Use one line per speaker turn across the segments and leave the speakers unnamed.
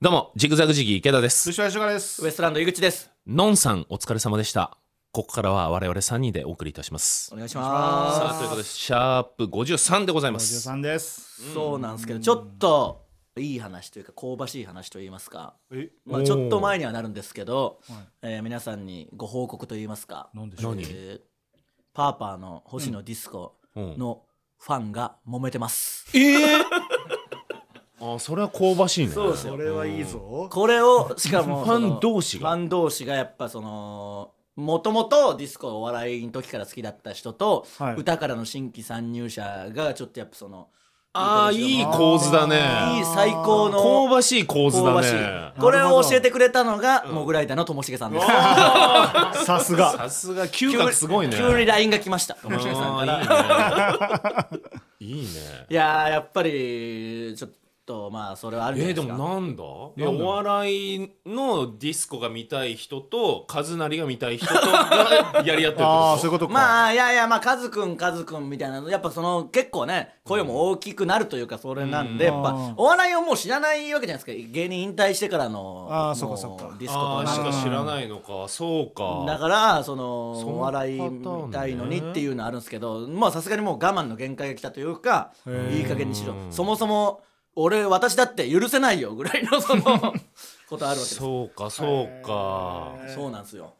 どうも、ジグザグジギー池田で
寿
す。
司は石川です
ウエストランド井口です。
のんさん、お疲れ様でした。ここからは我々3人でお送りいたします。
お願いします。
さあ、ということで、シャープ53でございます。
53です
そうなんですけど、ちょっといい話というか香ばしい話といいますか、
え
まあ
おー
ちょっと前にはなるんですけど、えー皆さんにご報告といいますか、
何でしょう
何
えーパーパーの星野ディスコ
うん、
のファンが揉めてます。
あ、それは香ばしいね。
そうです
そ
よ。
れはいいぞ
これをしかも
ファン
その
同士が
ファン同士がやっぱその。もともとディスコお笑いの時から好きだった人と、
はい
歌からの新規参入者がちょっとやっぱその
ああ、いい構図だ
あー
ね。
いい最高の
香ばしい構図だね。
これを教えてくれたのがモグライダーのともしげさんです
さすが
さすが嗅覚すごいね。
急に LINE が来ましたともしげさんから
あーいいね。いいね。
いやーやっぱりちょっとまあそれはあるんじゃ
え
な
ー、
いで
です
か、
もなんだいやお笑いのディスコが見たい人とカズナリが見たい人とがやり合ってるって
ああ
こ
そうい
と
うことか
まあいやいやまあカズくんカズくんみたいなやっぱその結構ね声も大きくなるというかそれなんで、
うん
やっ
あ
ぱ
ー
お笑いをもう知らないわけじゃないですか芸人引退してからの
あー
も
そっかそっか
ディスコ
あ
と
あ
か
し
な
か
んか
知らないのかそうか
だからその
その
お笑いみたいのにっていうのあるんですけどまあさすがにもう我慢の限界が来たというか
へー
いい加減にしろそもそも俺私だって許せないよぐらいの そのことあるわけです
そうかそうか
へ
そうなんですよ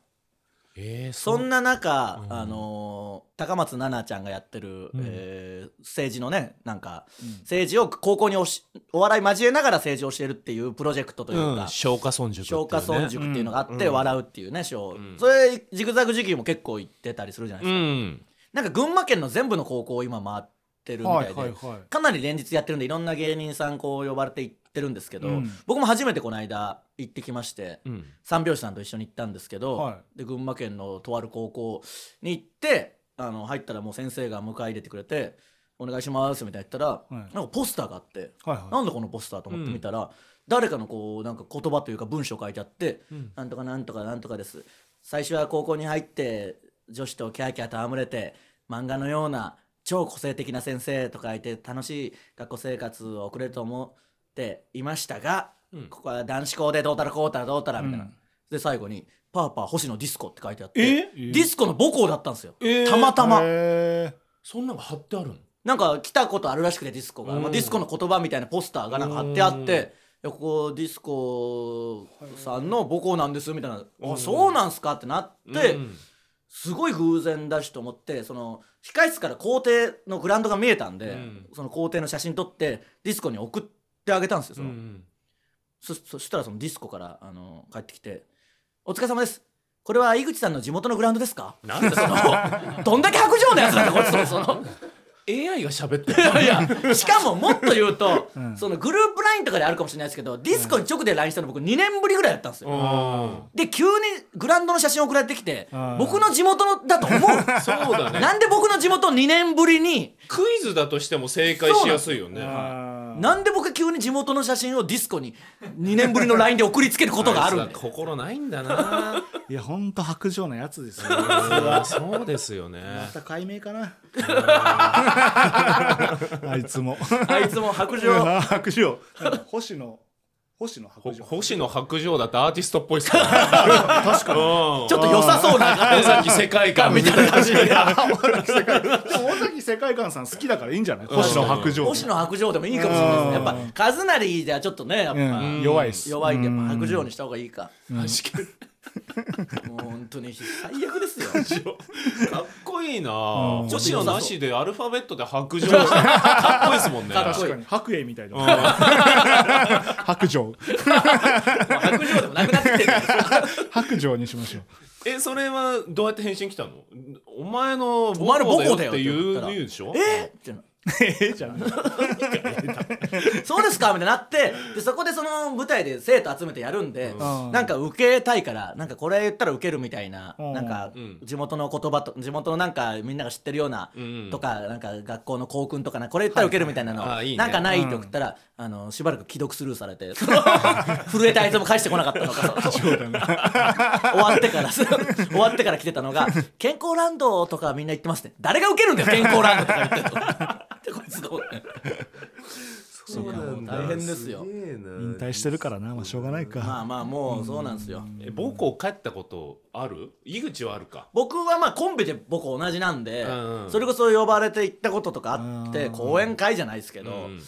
えー、
そんな中、
うん
あのー高松菜奈ちゃんがやってる、
ん
えー政治のねなんか、政治を高校におしお笑い交えながら政治を教えるっていうプロジェクトというか、
うん消化村塾っていうね
消化村塾っていうのがあって
うん
笑うっていうねショー、
うん
それジグザグ時期も結構行ってたりするじゃないで
う
すか、
ん
なんか群馬県の全部の高校を今回ってるみ
は
たい
い
で、
はいはい
かなり連日やってるんでいろんな芸人さんこう呼ばれて行ってるんですけど、
うん
僕も初めてこの間行ってきまして、
うん
三拍子さんと一緒に行ったんですけど、
は
で群馬県のとある高校に行ってあの入ったらもう先生が迎え入れてくれて「お願いします」みたいな言ったら、
い
なんかポスターがあって、
はいはい
なんだこのポスターと思って見たら、誰かのこうなんか言葉というか文章書いてあって「
うん
なんとかなんとかなんとかです」最初は高校に入って女子とキャーキャー戯れて漫画のような超個性的な先生と書いて楽しい学校生活を送れると思っていましたが、
うん
ここは男子校でどうたらこうたらどうたらみたいな、
うん
で最後に「パーパー星野ディスコ」って書いてあって
え
ディスコの母校だったんですよ、
えー
たまたま、
へ
そんなのが貼ってあるの
なんか来たことあるらしくてディスコが、
うん
まあ、ディスコの言葉みたいなポスターがなんか貼ってあっていやここディスコさんの母校なんですみたいな「
うん
あそうなんすか?」ってなって、
うん
すごい偶然だしと思ってその控室から校庭のグラウンドが見えたんで、
うん
その校庭の写真撮ってディスコに送ってあげたんですよその、
うん
そそしたらそのディスコからあの帰ってきて「お疲れ様ですこれは井口さんの地元のグラウンドですか?」
なんでその
どんだけ白状のやつなんだこいつその
AI が喋って
い
る
やいやしかももっと言うと、
ん
そのグループ LINE とかであるかもしれないですけどディスコに直で LINE したの僕2年ぶりぐらいだったんですよ、
あ
で急にグラウンドの写真送られてきて、
うん
僕の地元のだと思
ー
う
そうだね
なんで僕の地元2年ぶりに
クイズだとしても正解しやすいよね
えあー
なんで僕が急に地元の写真をディスコに2年ぶりの LINE で送りつけることがあるんだ
い
よ
つは心ないんだな
いやほんと白状なやつですよ
うんそうですよね
また解明かな あいつも
あいつも白状
白状なんか星野星野
ほ
白状
星野白状だってアーティストっぽいっすから確かに
ちょっと良さそうな感
江崎世界観みたいな感じで
でも尾崎世界観さん好きだからいいんじゃない星野 白状
星野白状でもいいかもしれないですねやっぱ
うん
カズナリじゃちょっとねやっぱ、
うん弱いっす
弱いんでやっぱ白状にした方がいいか、
確かに
もう本当に最悪ですよ
かっこいいな
うん
星野なしでアルファベットで白状してかっこいいですも んね
かっこいい
確かに白衣みたいな
うん
白状
もう白状でもなくなってきてる
白状にしましょう
えそれはどうやって返信来たのお前の
お前
母
の母校
校
だ
だよ
よっ
ってて
言
言
っ
う
たら
言うでしょ
えっってな
ええじゃん
そうですかみたいになってでそこでその舞台で生徒集めてやるんで、
ん
なんか受けたいからなんかこれ言ったら受けるみたいな、
うん
なんか
うん
地元の言葉と地元のなんかみんなが知ってるような、
うん
とかなんか学校の校訓とかなこれ言ったら受けるみたいなの、
はいはいあーいいね
なんかないって送ったら、あのしばらく既読スルーされて その震えたあいつも返してこなかったのか 終わってから 終わってから来てたのが健康ランドとかみ ん な言ってますね誰が受けるんだよ健康ランドとか言ってるとでこいつどう
そう
なんだ
なんだ
大変ですよ
げえな
引退してるからなまあしょうがないか
まあまあもうそうなんですよ
え母校帰ったことある井口はあるか
僕はまあコンビで僕同じなんで、
うんうん
それこそ呼ばれて行ったこととかあって、
うん
講演会じゃないですけど、
うん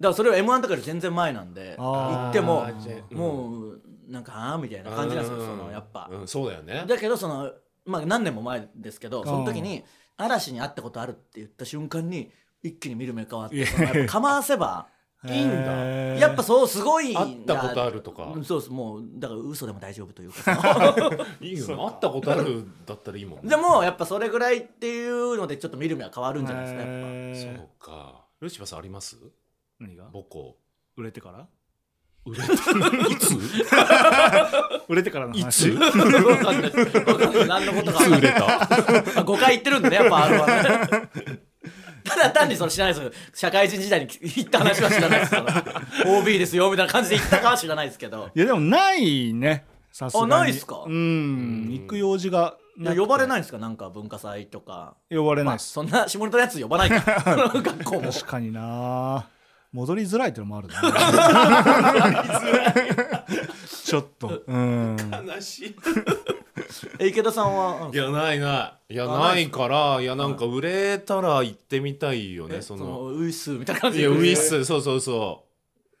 だからそれは m 1とかより全然前なんで
あー
行っても
あーじゃあ
もうなんかああみたいな感じなんですよ
うん
そのやっぱ、
うんそうだよね
だけどそのまあ何年も前ですけどその時に嵐に会ったことあるって言った瞬間に一気に見る目変わっ
い
て
や
そのやっぱかまわ せば
へー
いいんだ
やっぱそうすごいんだ
会ったことあるとか
うんそうですもうだから嘘でも大丈夫というか
いいよね会ったことあるだったらいいもんね
でもやっぱそれぐらいっていうのでちょっと見る目は変わるんじゃないですかやっ
へー
そうかルシファーさんあります
何が
母校
売れてから
売れて いつ
売れてから の
い
話
つ
ぱわかんないですわかんない何のことか分かんない
売れた
あ5回行ってるんでねやっぱ R はね ただ単にそれ知らないですよ社会人時代に行った話は知らないです から OB ですよみたいな感じで行ったかは知らないですけど
いやでもないねさすがに
あないっすか
うん行く用事が
い
な
や
くて
呼ばれないんですかなんか文化祭とか
呼ばれない
ま
っ
あ
す
そんな下ネタのやつ呼ばない から学校も
確かにな戻りづらいってのもある な ちょっとうん
悲し い
え池田さんはい
やないないいや
あ
な
ない
い
っす
からいやなんか売れたら行ってみたいよね
え
そ
そ
の
のウイスみたいな感じ
い
で
やウィスそうそうそう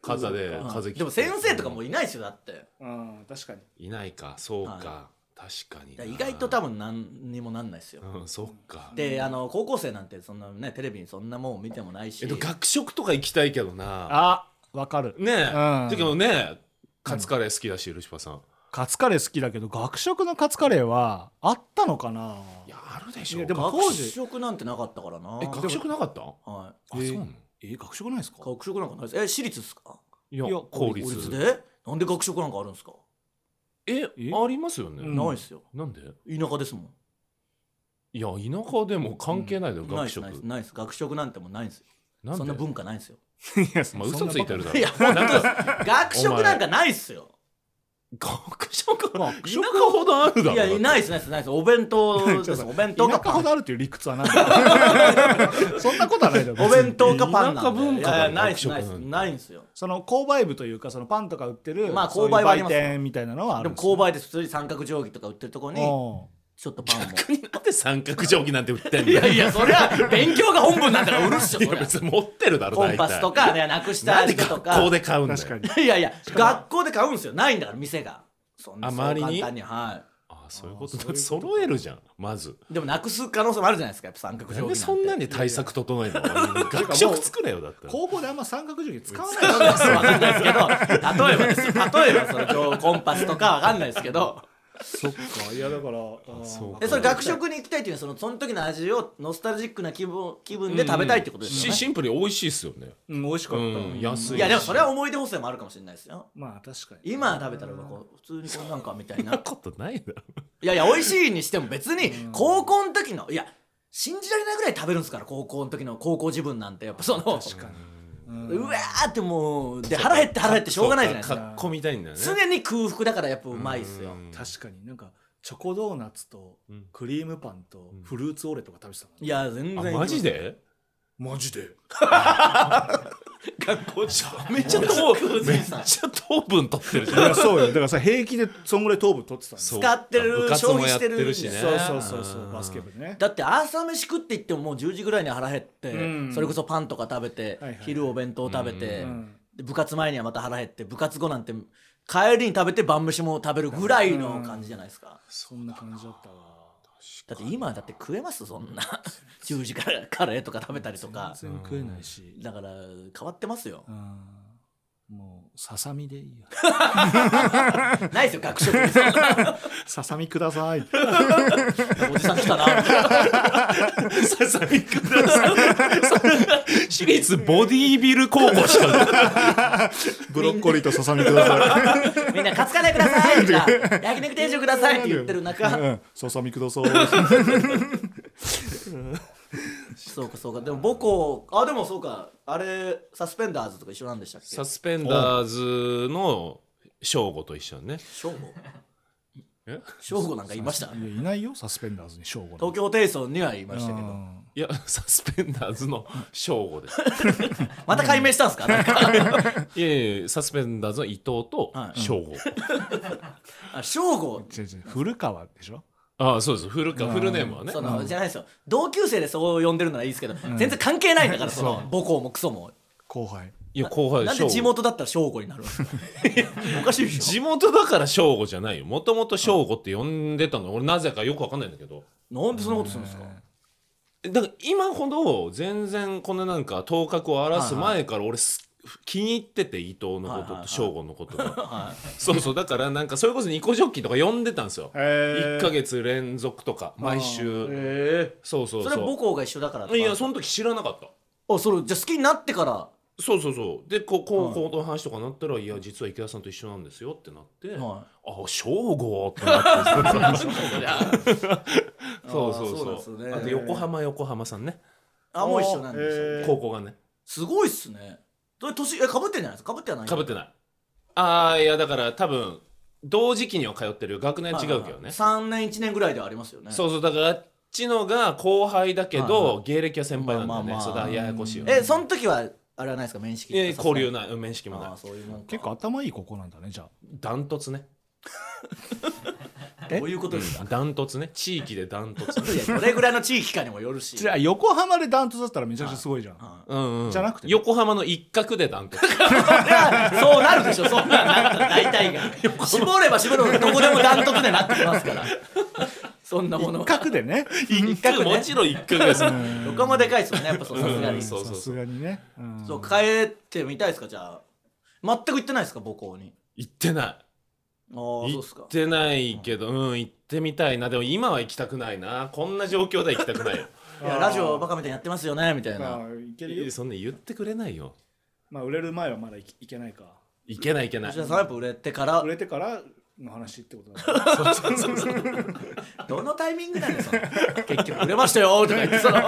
風で
うん
風切って
でも先生とかもいないですよだって
うん確かに
いないかそうか
は
確かに
だか
な
ら意外と多分何にもなんないですよ
うんそっか
であの高校生なんてそんなねテレビにそんなもん見てもないし
えっと学食とか行きたいけどな
あわかる
ねえ
うん
だけどねカツカレー好きだしルシファーさん
カツカレー好きだけど学食のカツカレーはあったのかない
やあるでし
い
ょ
やでも
学
当
学
時
食なんてなかったからな
え学食なかったあ
は
そうなの
え学食ないですか
い。学食なんかないです。え、私立ですか。
いや
いや
公
公立
立
で。なんで学食なんかあるんですか。
え
え
ありますよ
う
ね
ん
ないですよ。
なんで
田舎ですもん。
いや田舎でも関係ないだろ
ない
学
です。
食
ないです。ないです。学食なんてもうないんですよ。
なんで
そんな文化ないんですよ。
いや
まあ嘘ついてるだろ
いや、本当です。学食なんかないっすよ。
学食は
学
田
食
舎ほどあるだろ
いや、いないです。ないです。ないです。お弁当 です。お弁当か
田舎
パ
ほ
ン。
どあるっていう理屈はなんだそんなことはないだろ
お弁当かパン
田
な
舎
ん
文
で。い
化だよ
やいや、ないです。
学
ないで
食な
す。
んて
ないんですよ。
その購買部というかそのパンとか売ってる
まあ
そういう
購買はあります
売店みたいなのはあ
で
る
も
んです
購買で普通に三角定規とか売ってるとこに
お
ちょっとパンも
逆になんで三角定規なんて売ってんの
いやいやそりゃ勉強が本分なんだから売るっしょ
い
そ
や
りゃ
別に持ってるだろ
コ
大体
ンパスとかねなくした
なんで
やつと
学
か
校で買うん
う
だよ
確かに
いやいや学校で買うんですよないんだから店がそんな
あ
そう
周りに
簡単には
あそういうことだ揃えるじゃんまず
いでもなくす可能性もあるじゃないですかやっぱ三角定
なん
規
でそんなに対策整えんの学
も
食
う
作れよだったら
高校であんま三角定規使わない
わかんないですけど例えばですよ例えばその上コンパスとかわかんないですけど
そっかいやだから
ーそうか
でそれ学食に行きたいっていうのはそのその時の味をノスタルジックな気分気分で食べたいってことです
し
よね
シンプルに美味しいっすよね
うん美味しか
う
った
ん安い
いやでもそれは思い出補正もあるかもしれないですよ
まあ確かに
今食べたらこう普通にこうなんかみたい
そん
な
なことないだろ
いやいや美味しいにしても別に高校の時のいや信じられないぐらい食べるんですから高校の時の高校自分なんてやっぱその
確かに
うわーってもうで腹減って腹減ってしょうがないじゃないです
そう
か
か格好みたいんだよね
常に空腹だからやっぱうまいですよ
うん
確かになんかチョコドーナツと
うん
クリームパンとフルーツオレとか食べてたもんね
いや全
あ
然
マジで
マジで
学校じゃめっ
ち
ち
ょ
ゃ
っと
めっちゃ糖分取ってるじ
い
ゃん
やそうよだからさ平気でそんぐらい糖分取ってたんです
そう
使ってる
部活も
消費してる
やってるしね
そうそうそうそうんバスケ部ね
だって朝飯食って言ってももう10時ぐらいには腹減って、
うん
それこそパンとか食べて、
はいはい
昼お弁当食べて、
うん
で部活前にはまた腹減って部活後なんて帰りに食べて晩飯も食べるぐらいの感じじゃないですか、
そんな感じだったわ
だって今だって食えます そんな10時からカレーとか食べたりとか
全然食えないし
だから変わってますよ
うんもうささみでいいよ
ないですよ学食にそんな
ささみくださ い
おじさん来たな
ささみください私立ボディービル高校しか
ブロッコリーとささみくださ
みんなカツカレーくださいとか焼肉定食くださいって言ってる中
いささみください
そうかそうかでも母校あでもそうかあれサスペンダーズとか一緒なんでしたっけ
サスペンダーズのショーゴと一緒にね
ショーゴ
え
正吾なんかいました
いやいないよサスペンダーズに正吾
東京テイソンにはいましたけど
いやサスペンダーズの正吾です
また解明したんですかなんか
いやいやいやサスペンダーズの伊藤と
はい
正吾、
あ正吾
違う違う古川でしょ
ああそうですフルかフルネームはね
そのじゃないですよ同級生でそう呼んでるならいいですけど、全然関係ないんだからそ
そ
の
う
母校もクソも
後輩
いや後輩
なん
正吾
で地元だったら正吾になるんですか おかしいでし
地元だから正吾じゃないよもともと正吾って呼んでたの俺なぜかよく分かんないんだけど
ょなんでそんなことするんですか
だから今ほど全然このなんか頭角を表す前から俺す気に入ってて伊藤のこ
はいはい
と
はい
と正吾のこと が
はい
そうそうだからなんかそれこそニコジョッキーとか呼んでたんですよ
へー
1か月連続とか毎週
え
そうそう
そ
そう
れは母校が一緒だからとか
いやその時知らなかった
あそれじゃあ好きになってから
そうそうそうでこう高校の話とかなったら、いや実は池田さんと一緒なんですよってなって、
は
あ正吾って なって そうそう
あーそうなん
そうそ
です
う
よね
あと横浜横浜さんね
あもう一緒なんですよ、
へー
高校がね
すごいっすねそれ年えかぶってんじゃないですかかぶってはない
かぶってないああいやだから多分同時期には通ってる学年違うけどね、
3年1年ぐらいではありますよね
そうそうだからあっちのが後輩だけど、
はい
芸歴は先輩なんだよね、
まあまあまあ
そうだからややこしいよね
えその時はあれはないですか面識
いや交流
な
ないうん面識もない
そういうもんか
結構頭いいここなんだねじゃあ
ダントツね
どういうことですか
ダントツね地域でダン トツね
いやどれぐらいの地域かにもよるし
じゃあ横浜でダントツだったらめちゃくちゃすごいじゃん
は
うん、うん、
じゃなくて
横浜の一角でダントツ
いそりゃそうなるでしょそんなんな大体が絞れば絞るほどどこでもダントツでなってきますからそんなもの
一角でね
一角もちろん一角 です
横浜でかいっすよねやっぱそうさすが
う
に
ん
そ
そう
さすがにねうん
う帰ってみたいですかじゃあ全く行ってないですか母校に
行ってない
ああそう
行
っすか
ってないけどうん行ってみたいなでも今は行きたくないなこんな状況では行きたく ないよ
いやラジオバカみたいにやってますよねみたい
ま
な
あいけ
い
る
や
よ
そんな言ってくれないよ
まあ売れる前はまだいいけないか
いけないいけない
吉田さんはやっぱ売れてから
売れてからの話ってことだね
どのタイミングなのその結局売れましたよとか言 ってそのい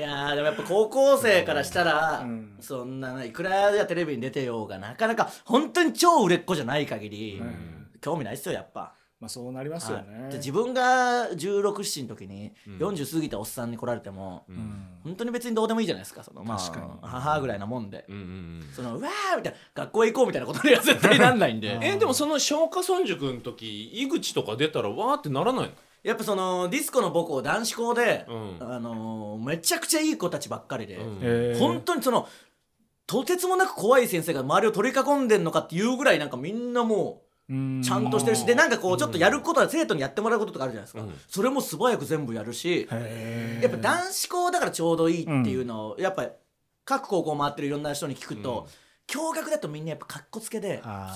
やーでもやっぱ高校生からしたら、
うん
そんなないくらじゃテレビに出てようがなかなか本当に超売れっ子じゃない限り、
うん
興味ないっすよやっぱ。
まあそうなりますよ
は
ね
いで自分が1617の時に
ん
40過ぎたおっさんに来られても、
うん
うん
本当に別にどうでもいいじゃないですかその、まあ、
確かに
母ぐらいなもんで、
うんうん
そのうわーみたいな学校へ行こうみたいなことには絶対なんないんで
うん、えでもその松下村塾の時井口とか出たらわーってならない
やっぱそのディスコの母校男子校で、
の
あのーめちゃくちゃいい子たちばっかりで、
うん
へー
本当にそのとてつもなく怖い先生が周りを取り囲んでんのかっていうぐらいなんかみんなも
うん
うちゃんとしてるしでなんかこうちょっとやることは生徒にやってもらうこととかあるじゃないですか、
うん
それも素早く全部やるし、
へー
やっぱ男子校だからちょうどいいっていうのを、やっぱ各高校回ってるいろんな人に聞くと、共学だとみんなやっぱかっこつけで
あー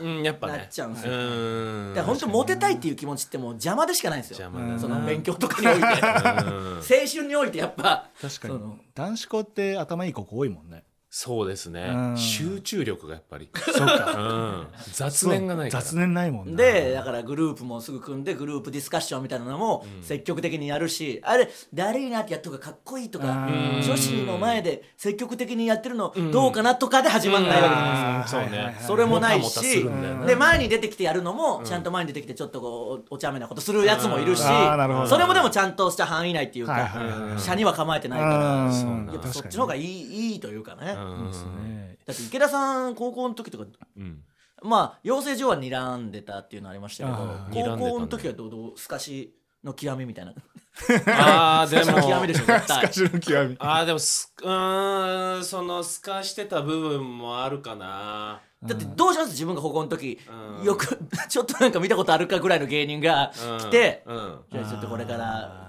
その
うん、うん、やっぱね
なっちゃうんですよ
うん
だから本当モテたいっていう気持ちってもう邪魔でしかないんですよ
邪魔だな
その勉強とかにおいて青
うん
春においてやっぱ
確か
そ
に
の
男子校って頭いい子多いもんね
そうですね
うん
集中力がやっぱり
そうか
うん雑念がないから
雑念ないもんな
でだからグループもすぐ組んでグループディスカッションみたいなのも積極的にやるし、あれだるいなってやっとかかっこいいとか
うん
女子の前で積極的にやってるのどうかなとかで始まんないわけじゃない
あー
そうね
はいはいはい
それもないし
もたもたするんだよな
で前に出てきてやるのもちゃんと前に出てきてちょっとこうおお茶目なことするやつもいるし
うんあーなるほど
それもでもちゃんとした範囲内っていう
はいはい
か
はい
社には構えてないか
うん
そうなんだ
らやっぱそっち
確
の方
か
が
に
いいいいというかね
うん
そうですね
だって池田さん高校の時とか
うん
まあ養成所は睨んでたっていうのありました
あ
けど
ー
高校の時はどうどうすかしの極みみたいな
あーで
すかしの極み
も
でしょ絶対
昔の極み
あーでもすうーんその透かしてた部分もあるかな
だってどうします自分が高校の時
うん
よくちょっとなんか見たことあるかぐらいの芸人が
うん
来て
うん
じゃあちょっとこれか
あー、
らえー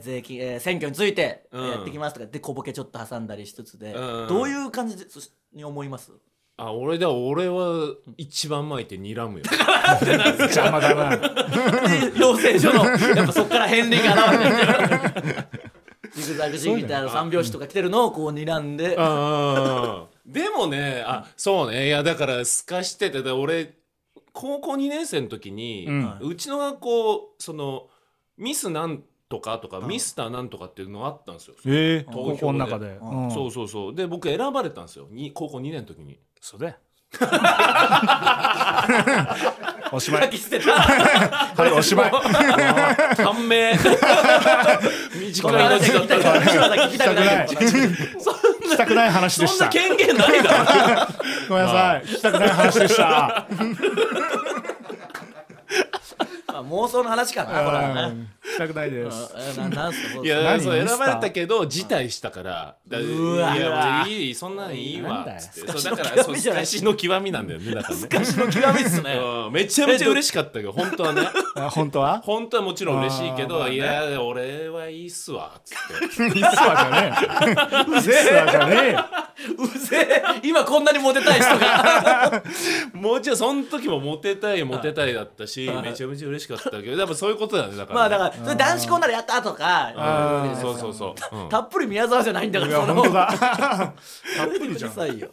税金、えー選挙についてえ
うん
ーやってきますとか、で小ボケちょっと挟んだりしつつで、
うん
どういう感じでそしに思います
あ俺だ俺は一番前いて睨 むよ
邪魔だな
で 養成所のやっぱそこから返礼が現れてる ジグザグジギターの三拍子とか来てるのをこう睨んで
あーでもねあそうねいやだから透かしててで俺高校2年生の時に、
う
うんちの学校そのミスなんとかとか、
ん
ミスターなんとかっていうのあったんですよ、
ええ
投票で
高校の中で
うん
ん
そうそうそうで僕選ばれたんですよに高校2年の時に
そうだよおおしま
書
い
き捨てた。
はいおしまい
短命
こ
短
の
い
話
命だ
聞
っ
き
た
たく
から
ない。まだ聞きたくない。
したくない話で
そ
し
んな
た
権限ないだろ
ごめんなさいしたくない話でした
まあ妄想の話かな、これはな。
うんしたくないです
うんななんすかそう
い
ですか
や
何
そう選
ミスタ
ば
ー
れたけど辞退したからだ
うわ
いうや
わ
いいそんなんいい
なん
わ
だよ
っつって
透かし
そ
の
うだから
極
そう
みじ
透
ゃない
かしの極みなんだよねだからね
昔の極みっすね。
うんめちゃめちゃ嬉しかったけど本当は ね
あ本当 は
本当はもちろん嬉しいけ
あーま
ど
あね
いや俺はいいっすわっつって
いいっすわじゃねえいいっすわじゃねえよ
うぜえ今こんなにモテたい人が。
もちろんその時もモテたいモテたいだった しめちゃめちゃ嬉しかったけどやっぱそういうことだねだから
まあだ
ら
から、それ男子校ならやったとか、
あー
そうそうそううん
たっぷり宮沢じゃないんだか
い
ら、
や
その。
本当だたっぷり
う
じゃ
る
ん
さいよ。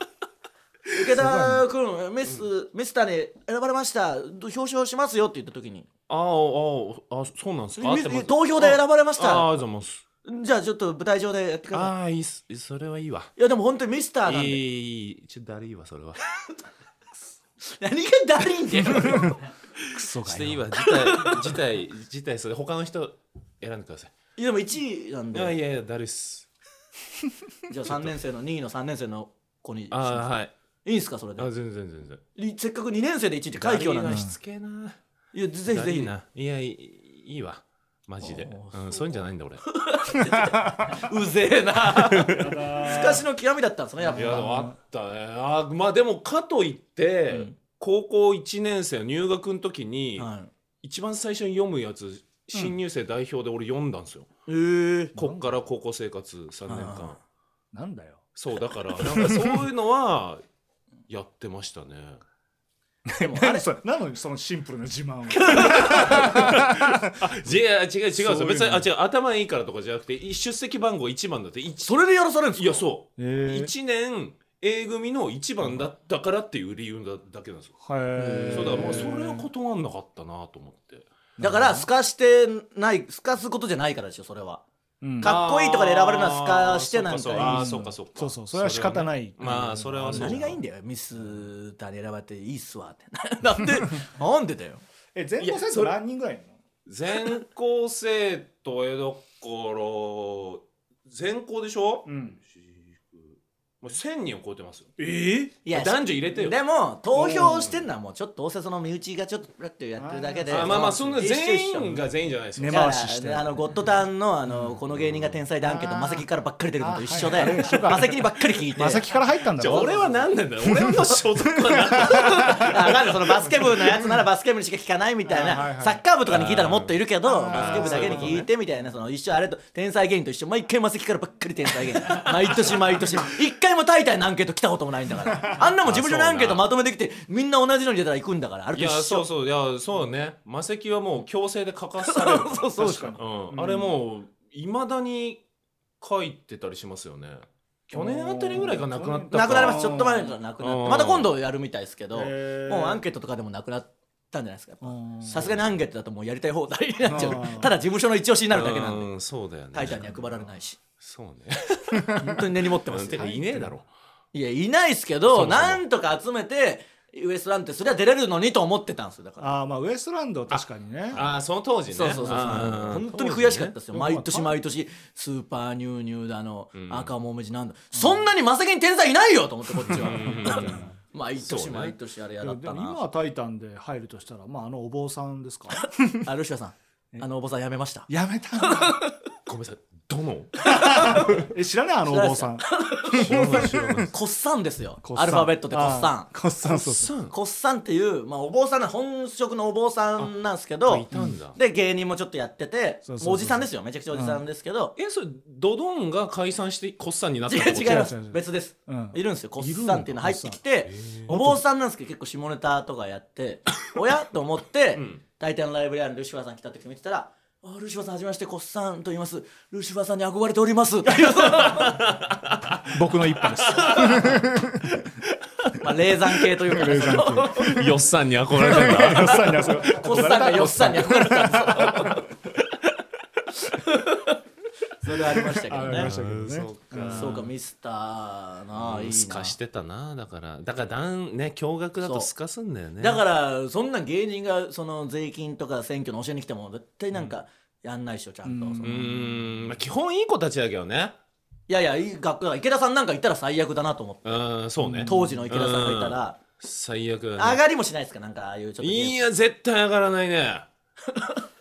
池田君、メス、メスターに選ばれました、表彰しますよって言った時に。
あーあーあそうなんですか合ってます
投票で選ばれまし
あーあ
た。
りがとうございます
じゃあちょっと舞台上でやってください。
ああいいっすそれはいいわ
いやでも本当にミスター
い
なんで、
いいいちょっとだるいわそれは
何がダリンだよ
クソ
し
が
ていい
よ
わ、辞退、辞退、辞退、それ他の人選んでください。
いやでも1位なん
いやい
で
やいや、だるいっす。
じゃあ3年生の2位の3年生の子にし
ああ、
ま
はい。
すいいんすかそれで
あ、全然全然。
いせっかく2年生で1位って快挙なん
だ
で
るい
す
しつけえな。
いやぜひ
だ
ぜ
るい
ひ
な。いや、いいいいわ。マジで。
あ
うん、そういうんじゃないんだ俺。いう
ぜえなすかしの極みだったんですねやっ
や、
ぱ
あったね。あーまあでも、かといって、
うん
高校1年生入学の時に、
はい
一番最初に読むやつ、新入生代表で俺読んだんですよ。
えー、
こっから高校生活3年
あ
間
ー。
なんだよ
そう、だから、なんかそういうのは、やってましたね。
でもあ
何
れ
それなのにそのシンプルな自慢を
じゃあ違う違う
そういうの
別にあ違う頭いいからとかじゃなくてい出席番号1番だっていち
それでやらされるんです
い
か
やそ
え
う、
ー
1年 A 組の1番だったからっていう理由だだけなんですよ、
へー
そうだからもうそれは断んなかったなと思って
だからすかしてないすかすことじゃないからでしょそれは
うん
かっこいいとかで選ばれるのは透かしてなんか
あーそっかそっか
そ
そううそうう
そそれは仕方ない
それはねまあそれはそう
何がいいん
だよ
だよミスターに選ばれていいっすわって なんでなんでだよ
え全校生徒何人ぐらいいるの
全校生徒えどころ全校でしょ、
うん
もう1000人を超えてますよ
えー
いや
男女入れてよ
でも投票してんのはもうちょっとどうせその身内がちょっとやってやってるだけで
あまあまあそんな全員
が
が全員じゃないですよ、
ね
だ
回しし
か
て
らあのゴッドタンのあの、この芸人が天才だんけど
あー
マセキからばっかり出るのと一緒
あ
で、
はいはいあれ一緒か
マセキにばっかり聞いて
まさきから入ったんだ
じゃあ
ろ
俺は何なんだよ俺の所属は何なんだ
あなんかそのバスケ部のやつならバスケ部にしか聞かないみたい
あーはい
な
はい
サッカー部とかに聞いたらもっといるけど
あー
バスケ部だけに聞いてみたいなその一緒あれと天才芸人と一緒毎回マセキからばっかり天才芸人毎年毎年一回もタイタイのアンケート来たこともないんだから あんなもん自分のアンケートまとめてきてみんな同じのに出たら行くんだからあ
い
れと
や
一
そう
緒
そういやそうね魔石はもう強制で書かされる
そうそう
確かに
うん
うん
あれもういまだに書いてたりしますよね去年あたりぐらいがなくなった
なくなりま
し
す
た
ちょっと前からなくなっ
う
て
ん
また今度やるみたいですけども
へー
うアンケートとかでもなくなったんじゃないですか
うん
さすがにアンケートだともうやりたい放題になっちゃう
あー
ただ事務所の一押しになるだけなんで
うんそうだよね
タイタンには配られないし
そうね
本当に根に持ってま
うん
す
て
よ
かいねえだろ
いやいないですけ
そも
ど
そも
なんとか集めてウエストランドってそれは出れるのにと思ってたんですよだから
ああまあウエストランド確かにね
ああその当時ね
そうそうそうそう
あー
本当に悔しかったです
当時
よ
ね
毎年毎年スーパーニューニューだの
ん
赤もみじなんだそんなにマセキに天才いないよと思ってこっちは
ん
毎
そ
年
うね
毎年あれや
で
だ
も
った
今
な
は「タイタン」で入るとしたらまああのお坊さんですか
あルシアさんあのお坊さんやめました
やめたんだ
ごめんなさい どの
え知らないあのお坊さん
知らない知らない
コッサンですよ
こっさん
アルファベットでコッサン
あーこっさんそうそう
さん
コッサンっていう、まあ、お坊さんな本職のお坊さんなんですけ
がい
ど
たんだ
で芸人もちょっとやってて
そうそうそうそう
もうおじさんですよめちゃくちゃおじさんですけど、
えそれドドンが解散してコッサンになった
違
っ
う
てこと
違いま
違う違
す
う
別です、
うん
いるんですよコ
いる
ッ
の
サンっていうの入ってきてお坊さんなんですけど結構下ネタとかやっておやと思って、
ん
大体のライブやるルシファーさん来た時見てたら「あルシファーさんはじめましてコッサンと言いますルシファーさんに憧れております」っていう
僕の一派です
まあ霊山系というかですけど
よっさんに憧れてんだ
よっさんに遊ぶ
コッサンがよっさんに憧れてたんですよそれはありましたけど
あり
ね
ましたけどね
そうか
ん
そうかミスターなあいいな
スカしてたなだからだからだんね驚愕だとスカすんだよね
だからそんな芸人がその税金とか選挙の教えに来ても絶対なんかやんないでしょちゃんと、
うん
その
うーん、まあ、基本いい子たちだけどね
いやいやいい学校だ池田さんなんかいたら最悪だなと思って
うんそうね
当時の池田さんがいたら
最悪だ
上
ね
がりもしないですかなんかああいうちょっと
いや絶対上がらない ね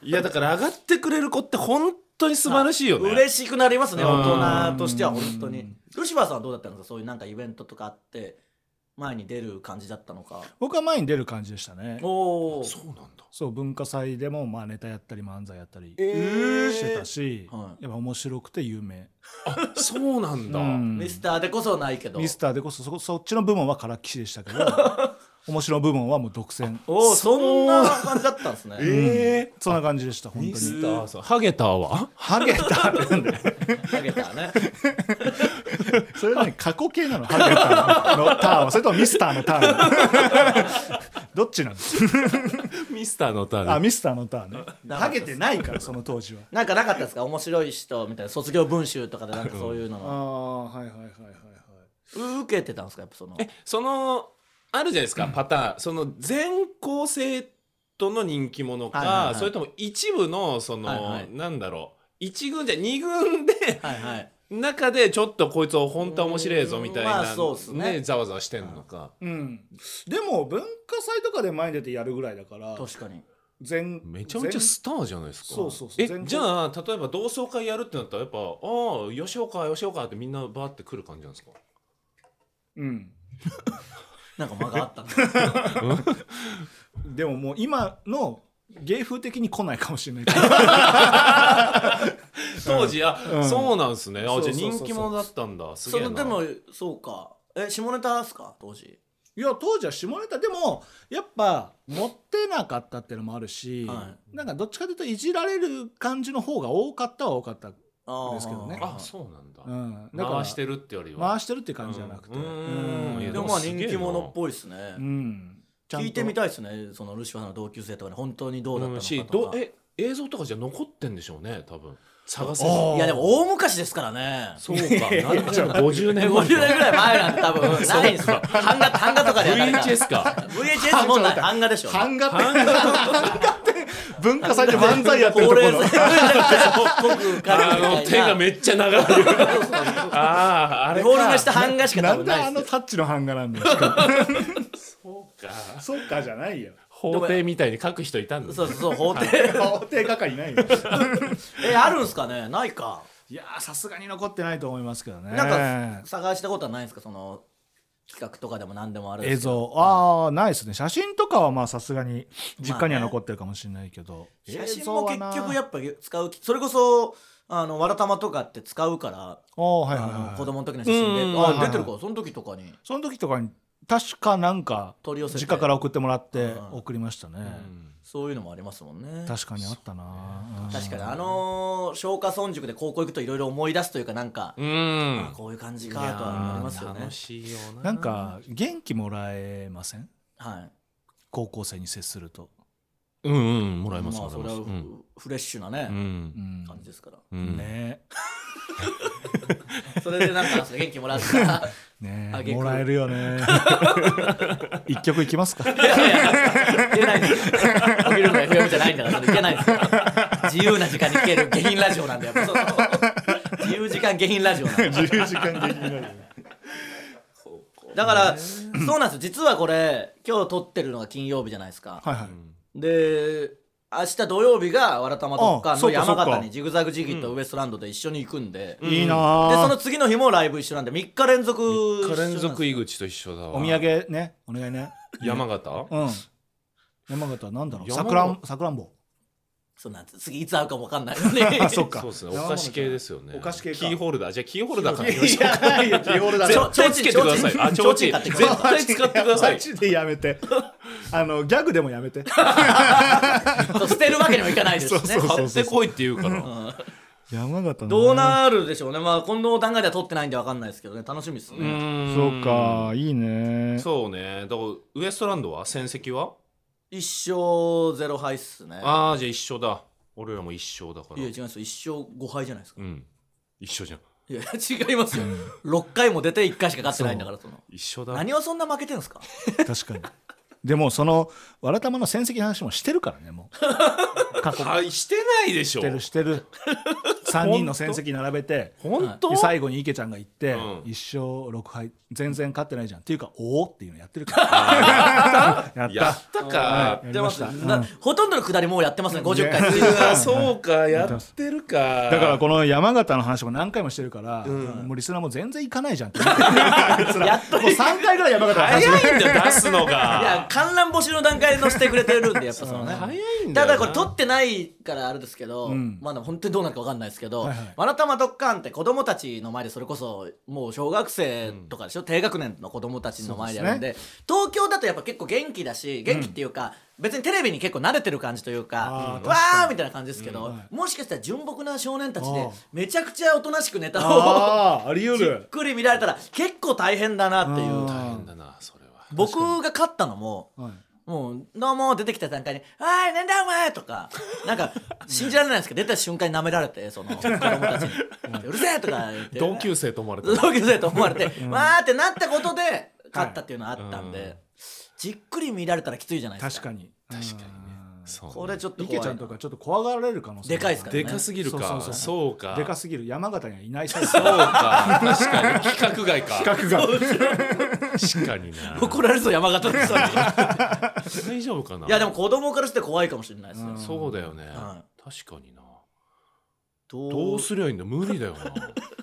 いやだから上がってくれる子って本当に素晴らしいよね
嬉しくなりますね
うん
大人としては本当
う
に
ん
ルシファーさんはどうだったんですかそういうなんかイベントとかあって前に出る感じだったのか
僕は前に出る感じでしたね
おお
そうなんだ
そう文化祭でもまあネタやったり漫才やったり
えー
してたし、
はい
やっぱ面白くて有名、
あそうなん だ、
うん
ミスターでこそないけど
ミスターでこそそこそっちの部門はからっきしでしたけど面白い部門はもう独占
おおそんな感じだったんですね
えー
そんな感じでした本当に
ターさんハゲター は
ハゲたってなんだよ
投げたね
それは何過去形なのハゲたのターンはそれともミスターのターンなのどっちなんです
ミスターのターン
あミスターのターンね
なかった
ハゲてないからその当時は
なんかなかったですか面白い人みたいな卒業文集とかでなんかそういう
あ
の
あはいはいはいはいは
受けてたんですかやっぱその
えそのあるじゃないですかパターンその全校生徒の人気者か、
はいはいはい
それとも一部のその、
はいはい
なんだろう一軍じゃ二軍で
はいはい
中でちょっとこいつ本当は面白いぞみたいな、
うんまあそうっすね
ざわざわしてんのか、
いうんでも文化祭とかで前に出てやるぐらいだから
確かに
全
めちゃめちゃ
全
スターじゃないですか
そうそうそう
え
全然
じゃあ例えば同窓会やるってなったらやっぱ「ああ吉岡吉岡」ってみんなバーって来る感じなんですか
うん
なんか間があ ったんだ
でももう今の芸風的に来ないかもしれないけど
当時あ、
うん
そうなんですねあ
そう
じ
そ
ゃあ
うそうそう
人気者だったんだす
そ
げえな
のでもそうかえ下ネタですか当時
いや当時は下ネタでもやっぱ持ってなかったっていうのもあるし、
は
なんかどっちかというといじられる感じの方が多かったは多かった、
あー
ですけどね
あそうなんだ、
うん、だから
回してるってよりは
回してるっていう感じじゃなくて
うんうんいや
でもまあ人気者っぽいですね
うんちゃんと
聞いてみたいですねそのルシファーの同級生とかに本当にどうだったの
うん
か
し
と
ど
か
え映像とかじゃ残ってんでしょうね多分探せ
あ
ば
ー
いやでも大昔ですからね
そうかなんじゃ50年後
50年ぐらい前なんて多分ないんですよ版画版画とかではないから
VHS か
VHS もない版画でしょ
版画って文化祭で漫才やってるとこ
高
ろ
齢者ごく
あの手がめっちゃ 長いああーあれ
フォールが
か
した版画しか
な
多
ん
分
で
な
あ
い
の
ですよ
タッチの版画なんだよしか も
そうか
そっかじゃないよ
法廷みたいに書く人いたんだ
そうそうそう法廷
お手がかりないよ
えあるんすかねないか
いやーさすがに残ってないと思いますけどね
なんか探したことはないんですかその企画とかでも何でもあるんで
映
すけど
像ああないですね写真とかはまあさすがに実家には残ってるかもしれないけど、
写真も結局やっぱ使うそれこそあのわらたまとかって使うから
ああはい
あ
はい、は
の
い、
子供の時の写真で
うん
はいは
あ
い
出てるからその時とかに
その時とかに確かなんか
取り寄せて
実家から送ってもらって
うん
送りましたね、
うん
そういうのもありますもんね
確かにあったな
確かにあのー松下村塾で高校行くといろいろ思い出すというかなんか
うん
あこういう感じ
い
か
や
とは思いますよ
ー
ね
楽しいよな
なんか元気もらえません
はい
高校生に接すると、
うんうんもらいます
ま
も
あ
ら
そ
い
れ
ま
は
す
フ
うん
フレッシュな
う
ね
うんん
感じですから
うん
ね
それでなんかなんすか元気もらったら
ね
あげく
もらえるよ ね一曲いきますか
いやいやいけないんですよお昼の FM じゃないんだからそれいけないんですよ自由な時間に聞ける下品ラジオなんでやっぱそう自由時間下品ラジオなんで
自由時間的になる
だからそうなんですよ実はこれ今日撮ってるのが金曜日じゃないですか
はいはい、
で明日土曜日がわらたまと
あ
か
そ
の
うかそ
山
うか
形にジグザグジギーとウエストランドで一緒に行くんで、で
いいなー
その次の日もライブ一緒なんで3日連続一緒な
三日
んです
連続井口と一緒だわ
お土産ねお願いね
山形
うん山形は何だろう
山形
さくらんさくらんぼ
そうなんです次いつ会うかも分かんないの に
あそっか
そうですねお菓子系ですよね
お菓子系か
キーホルダーじゃあキーホルダー買いましょう
やいやキーホルダ
ちょ
絶対つけてください。あ、ちょうち
提灯
ん。
買って
絶対使
さい
くだ
ってくださ
マ
い。
ジでやめてあのギャグでもやめて
そう捨てるわけにもいかないですしね
そうそうそう
買ってこいって言うから。
山形
どうなるでしょうねまあこの段階では撮ってないんで分かんないですけどね楽しみですね、
そう。かいいね
そうね。だからウエストランドは戦績は？
一勝ゼロ敗っすね
ああ、じゃあ一緒だ。俺らも一緒だから
いや。違いますよ一勝5敗じゃないですか
うん。一緒じゃん
いや違いますよ6回も出て1回しか勝ってないんだからその
一緒だ
何をそんな負けてんですか
確かにでもそのわらたまの戦績の話もしてるからねもう過去し
はいしてないでしょ
てるしてる3人の戦績並べて
本当
で最後に池ちゃんが行って、
うん
一1勝6敗全然勝ってないじゃんっていうかおおっていうのやってるからやった
やった
は
か
い
やってます
やりました
な
うん
ほとんどの下りもうやってますね50回
うわそうか やってるか
だからこの山形の話も何回もしてるから、
ん
もうリスナーも全然行かないじゃんって思ってあいつら
やっと
もう3回ぐらい山形の話
早いんだよ出すの
いや
が
観覧募集の段階で載せてくれてるんでやっぱそのね
早いんだ
だ
よ
からこれ撮ってないからあれですけど、
うん
まだ本当にどうなるか分かんないですけど「
はいはい
わらたまドッカン」って子供たちの前でそれこそもう小学生とかでしょ、低学年の子供たちの前でやるんで東京だとやっぱ結構元気だし元気っていうか、別にテレビに結構慣れてる感じというか
あー
わ
確か
ー
に
みたいな感じですけど、
うんはい
もしかしたら純朴な少年たち
あ
で
ー
めちゃくちゃおとなしくネタを
あああり得
じっ
る
くり見られたら結構大変だなっていう
あー
大変だなそれは
僕が勝ったのも
はい
もう、どうも出てきた段階に、あい、なんだお前とか、なんか、信じられないんですけど、出た瞬間に舐められて、その、子供たちに、うるせえとか言っ て、
同級生と思われた
同級生と思われて、わーってなったことで、勝ったっていうのはあったんで、
はいうん
じっくり見られたらきついじゃないです
確
か。
かに
確かにね
うん
そうね
これちょっと
池
怖
ちゃ
い
ん
な
と。かちょっと怖がられる可能性
でかいですからね
でかすぎるか
そ
そうう
そうそう
か
でかすぎる山形にはいないサイズ
そうか確かに規格外か
企画が
確かにな
怒られるぞ、山形の人に。い
大丈夫かない
や、でも子供からして怖いかもしれないですね
うん。
そうだよね
は
確かにな
ど
どうすりゃいいんだ無理だよ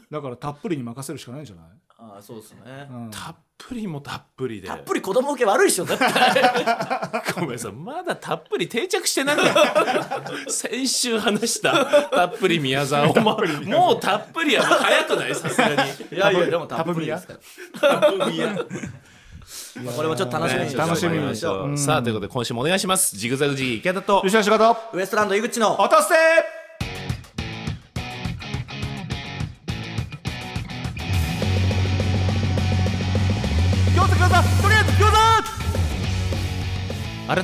な
だからたっぷりに任せるしかないんじゃない、
あーそうですね。
うん
たっぷりもたっぷりで
たっぷり子供受け悪いでしょ、だって。
ごめんなさいまだたっぷり定着してなかった先週話したたっぷり宮沢をもうもうたっぷりはもう早くないさすがに
いやいや、でもたっぷりですから。まあこれもちょっと楽しみにしておいて
楽しみ
もらい
に
ま
し
しょう
よ
うんさあということで今週もお願いしますジグザグジギー池田と
しよし仕事
ウエストランド井口の
落とせ餃子餃子とりあえず餃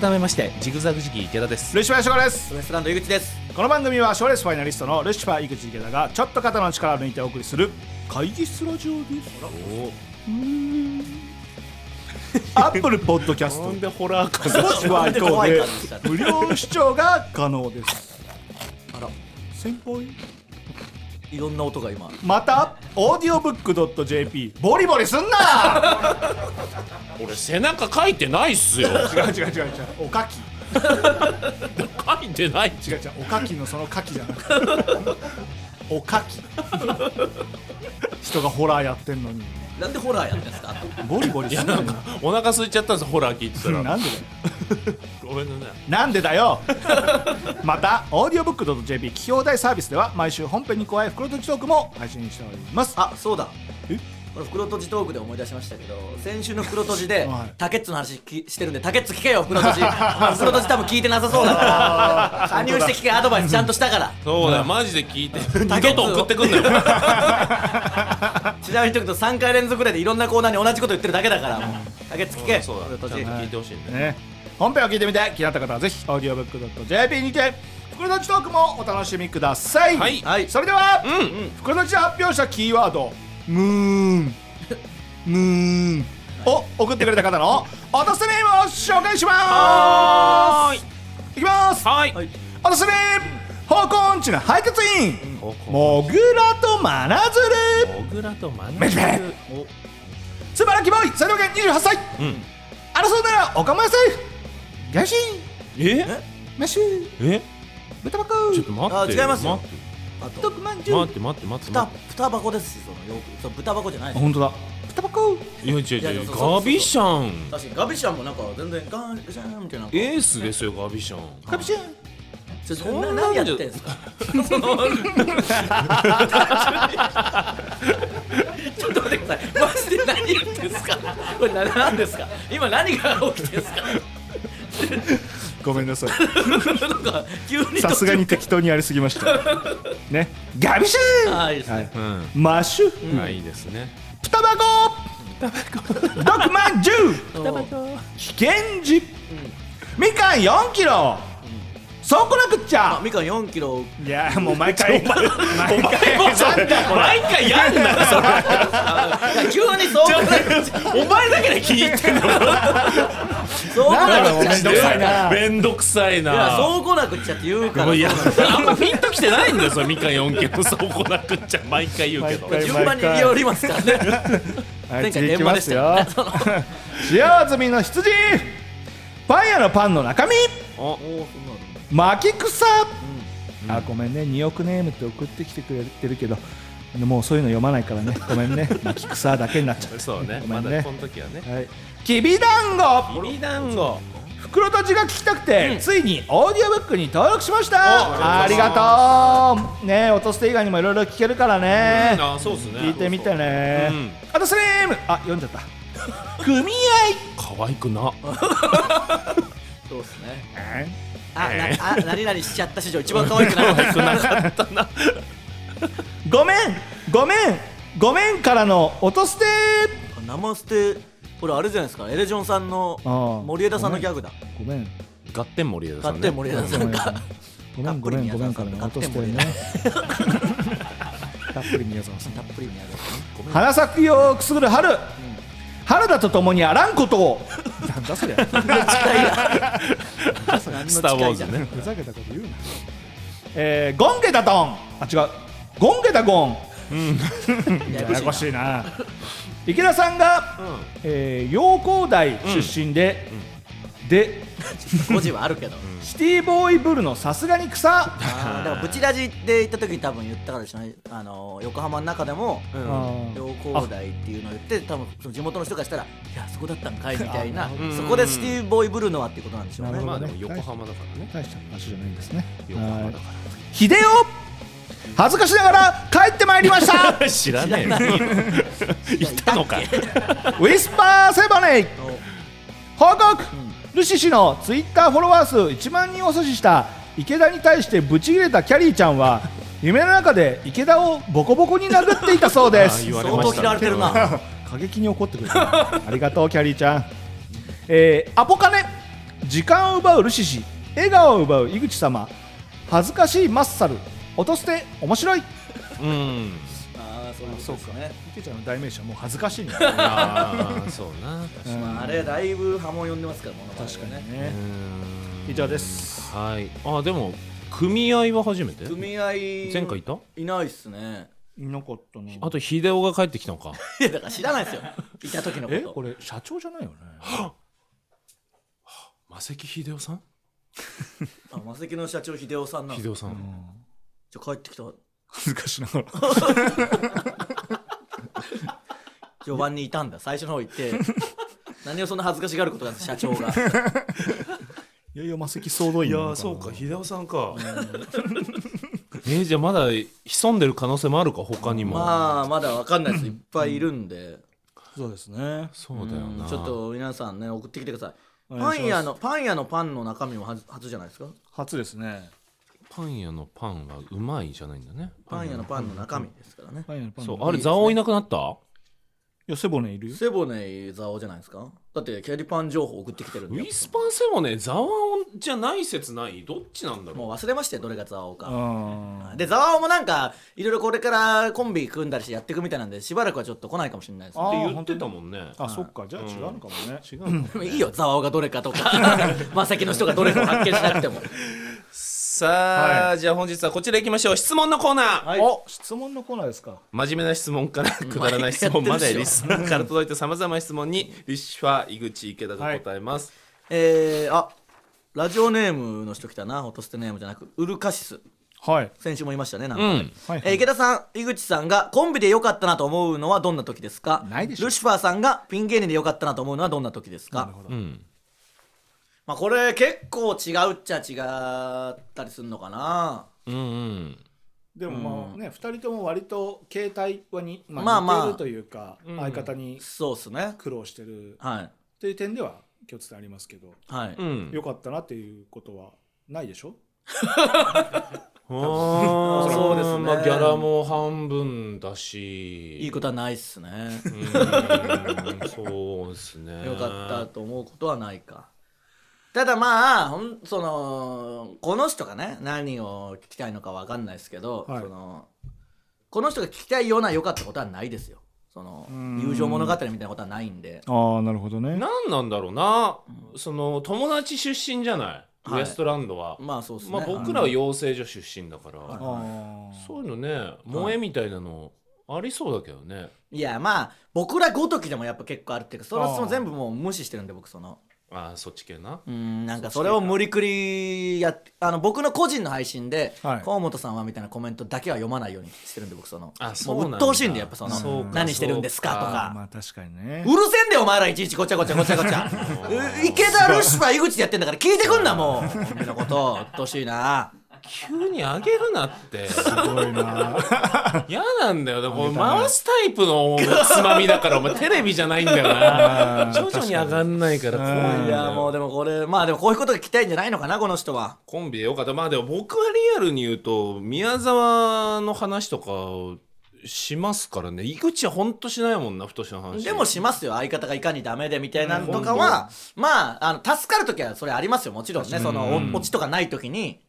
改めましてジグザグジギー池田です
子ルシファーショです
ウエストランド井口です
この番組は賞レースファイナリストのルシファー井口池田がちょっと肩の力を抜いてお送りする会議室ラジオですアップルポッドキャス
な
ト
んでホラーか
スポーツワイ等
怖い
で
感じだ
無料視聴が可能です
あら
先輩
いろんな音が今
またオーディオブックドット JP ボリボリすんな
俺背中書いてないっすよ
違う違う違う違うおかき
書いてない
違う違うおかきのそのかきじゃなくておかき人がホラーやってんのに
なんでホラーやってんですか
ボリボリすんなよな
お腹空いちゃったんですホラー聞いてたら
んでだよ
ごめんなさい
なんでだよまたオーディオブックドット JP 企業大サービスでは毎週本編に加え袋とじトークも配信しております
あそうだ
え
これ袋とじトークで思い出しましたけど先週の袋とじで、
はい
タケッツの話きしてるんでタケッツ聞けよ袋とじ袋とじ多分聞いてなさそうだから加入して聞けアドバイスちゃんとしたから
そうだよマジで聞いて
タ
二
ケツ
度
を
と送ってくんなよ
ちなみに言っとくと3回連続ぐらいでいろんなコーナーに同じこと言ってるだけだからもうタケッツ聞け
そうだ
袋と
ちゃんと聞
じ
いてほしいんで
ね、本編を聞いてみて気になった方はぜひ audiobook.jp にて袋とじトークもお楽しみください、
はい
はい
それでは、
うん
袋とじで発表したキーワード「ムーン」 「ムーン」を送ってくれた方のおとすネームを紹介しま
はー
すいきます
はい
はい
おとすネーム方向音痴の配達員もぐらとまなずる
小倉と真
めじめ
夏お
つばらきボーイ埼玉県28歳
うん
争うならお構いせガシ
え
メシ
え
豚ばっか
ちょっと待って
あ違います
待
よ
って
あと
特万
待って待って待って
豚
待っ
豚箱ですしその洋服そう豚箱じゃないです
本当だ豚ばっか
ていや違う
いやい
違
や
う
そうそうそう
ガビシャン
確かにガビシャンもなんか全然ガビシャンみたいな
エースですよガビシャン
カピシュン
ちょ
そん
な
なん
何やっ
じ
て
ゃ
ん すかちょっと待ってくださいマジで何言ってんすかこれな何ですか今何が起きてんすか
ごめんなさい
なんか急に
さすがに適当にやりすぎましたねガビシュ
ああいいです
ン、
ね、
はい、
うん
マッシュ
あいいですね
豚ばこ毒まんじゅう
おー
危険児みかん4キロそうこなくっち
あ
ゃ
みかん4キロ
いやもう毎 回毎回
もうそれ
なんだこれ
毎回やんなよそれ
急にそうこなくちゃ
お前だけで気に入ってんの
そうこな
なんだろう
くちゃ
めんどくさいな
めんどくさい
いや
な
そうこなくっちゃって言うから
もういや
そうなの
あんまピンときてないんだよそれみかん4件もそうこなくっちゃ毎回言うけど
毎回
順番に寄りますからね
はい
前回
次いきますよ
電話でしたよ
幸せみの羊パン屋のパンの中身
お
おーそんなの
巻き草、あごめんね2億ネームって送ってきてくれてるけどあのもうそういうの読まないからねごめん ね巻き草だけになっちゃっ
そうね
ごめ
ま
んね
だこの時はね
たはいきびだんご
きびだんご
袋とじが聞きたくて、ついにオーディオブックに登録しまし
お
たありがとうね落として以外にもいろいろ聞けるからね、
あそうっすね
聞いてみてね、
うん
あとスネームあ読んじゃった 組合
可愛くな
そうですねあ、なあ、何々しちゃった史上一番可愛くない
可愛くなかった な
ごめんごめんごめんからの音捨て
生捨てこれあれじゃないですかエレジョンさんの
あー
森枝さんのギャグだ
ごめん
ガッテン森枝さん
勝
ね
手森枝さ
ごめ
ん
ん
が
ごめんごめんごめんからの音捨てねたっぷり宮沢さん
たっぷり見やがって
花咲くよくすぐる春、原田と共にあらんことをなんだそりゃ
スター・ウォ
何の近
ー
いじゃ
ズ
ん
ね
ふざけたこと言うな、えー、ゴンゲタトンあ違うゴンゲタゴン
やや
やや
こ
こ
しい
しいな池田さんが、えー陽光台出身で、で
文字はあるけど
シティボーイブルのさすがに草
あーだからブチラジで行った時に多分言ったからでしょうねあのー横浜の中でも
ん
陽光台っていうのを言って多分その地元の人からしたらいやそこだったんかいみたいな
あ
ー
そこでシティボーイブルーノはっていうことなんでしょう
な
ね
るほ
ま
ど
あでも横浜だからね
大した話じゃないんですね
横浜だか
秀夫恥ずかしながら帰ってまいりました
ら知らねえよ いたのかい
ウィスパーセバネイ
お
報告、ルシ氏のツイッターフォロワー数1万人を阻止した池田に対してブチ切れたキャリーちゃんは夢の中で池田をボコボコに殴っていたそうで
あー
す
言われ
相
ま
当
したね
嫌われてるな
過激に怒ってくれたありがとうキャリーちゃん、えーアポカネ時間を奪うルシシ笑顔を奪う井口様恥ずかしいマッサル落として面白い
うん
ああそう
そう
かね
池ちゃんの代名詞はもう恥ずかしいね
ああそうな
まあ、あれだいぶ波紋呼んでますからもの確かにね
う
ね
ん
以上です
はいあでも組合は初めて
組合
前回いた
いないっすね
いなかったな
あと秀夫が帰ってきたのか
いやだから知らないですよいた時の
え
こ
これ社長じゃないよね
マセキ秀夫さん
とあマセキの社長秀夫さんなの
秀
じゃ
夫さん
あ帰ってきた
恥ずかしながら
序盤にいたんだ最初の方行って 何をそんな恥ずかしがることが社長が
いやいやマセキ総動員
い
なのかな
秀夫さん かえーじゃあまだ潜んでる可能性もあるか他にも
まあまだわかんないですいっぱいいるんで
そうですね
そうだよ
う
なん
ちょっと皆さんね送ってきてください
お
パ
願いします
ン屋のパン屋のパンの中身もはず初じゃないですか
初ですね
パン屋のパンはうまいじゃないんだね
パン屋のパンの中身ですからね
パン屋のパン
そう
い
あれ蔵王いなくなった
や背骨いるよ
背骨ザオじゃないですかだってキャリパン情報送ってきてるん
ウ
で
ィスパンセもねザワオじゃない説ないどっちなんだろう
もう忘れましたよどれがザオか
あ
でザワオもなんかいろいろこれからコンビ組んだりしてやっていくみたいなんでしばらくはちょっと来ないかもしれないですね
あ
って言ってたもんね
あそっかじゃあ違うのかもね
違うの
でもいいよザワオがどれか とかマセキの人がどれかを発見しなくても
さあ、じゃあ本日はこちら行きましょう質問のコーナー、
はい
お質問のコーナーですか
真面目な質問からくだらない質問までリスナーから届いた さまざまな質問にリッシュファー井口池田が答えます、
えー、あラジオネームの人来たな落としてネームじゃなくウルカシス
はい
先週も言いましたねなん
うん
か、
はい
えー池田さん井口さんがコンビで良かったなと思うのはどんな時ですか
ないでしょ
ルシファーさんがピン芸人で良かったなと思うのはどんな時ですか
うん
まあこれ結構違うっちゃ違ったりするのかな
うんうん
でもまあね、二人とも割と携帯はに、まあ、
まあまあ
似てるというか、
うん
相方に
そうっすね
苦労してる
はい
という点では共通点ありますけど、
はい、
うん
よかったなっていうことはないでしょ
あー
そうですね
まあギャラも半分だし
いいことはないっすね
うーんそうですね
良かったと思うことはないかただまあほんそのこの人がね何を聞きたいのかわかんないですけど、
はい
そのこの人が聞きたいような良かったことはないですよその
うん
友情物語みたいなことはないんで
ああなるほどね
何なんだろうな、その友達出身じゃない、
はい
ウエストランドは、
まあそうですね、
まあ、僕らは養成所出身だから、
あ
そういうのね萌えみたいなのありそうだけどね、
いやまあ僕らごときでもやっぱ結構あるっていうかその
あー
その全部もう無視してるんで僕その
ああそっち系な
うんなんかそれを無理くりやっあの僕の個人の配信で
はい
河本さんは」みたいなコメントだけは読まないようにしてるんで僕その
あそう
も
な
うん
だ
鬱陶しいんでやっぱその
そうか
何してるんですかとか
まあ確かにね
うるせえんだよお前らいちいちごちゃごちゃごちゃごちゃう池田ルシファー井口でやってんだから聞いてくんなもう俺のこと うっとうしいな
急に上げるなって
すごいな
嫌なんだよだからこれ回すタイプのつまみだからお前テレビじゃないんだよな
あー
徐々に上がんないから怖い
うん
だ
い
よ
やもうでもこれまあでもこういうことが聞きたいんじゃないのかなこの人は
コンビでよかったまあでも僕はリアルに言うと宮沢の話とかをしますからね井口はほんとしないもんな太の話
でもしますよ相方がいかにダメでみたいなのとかは、まああの助かる時はそれありますよもちろんねその
うん
お落ちとかない時に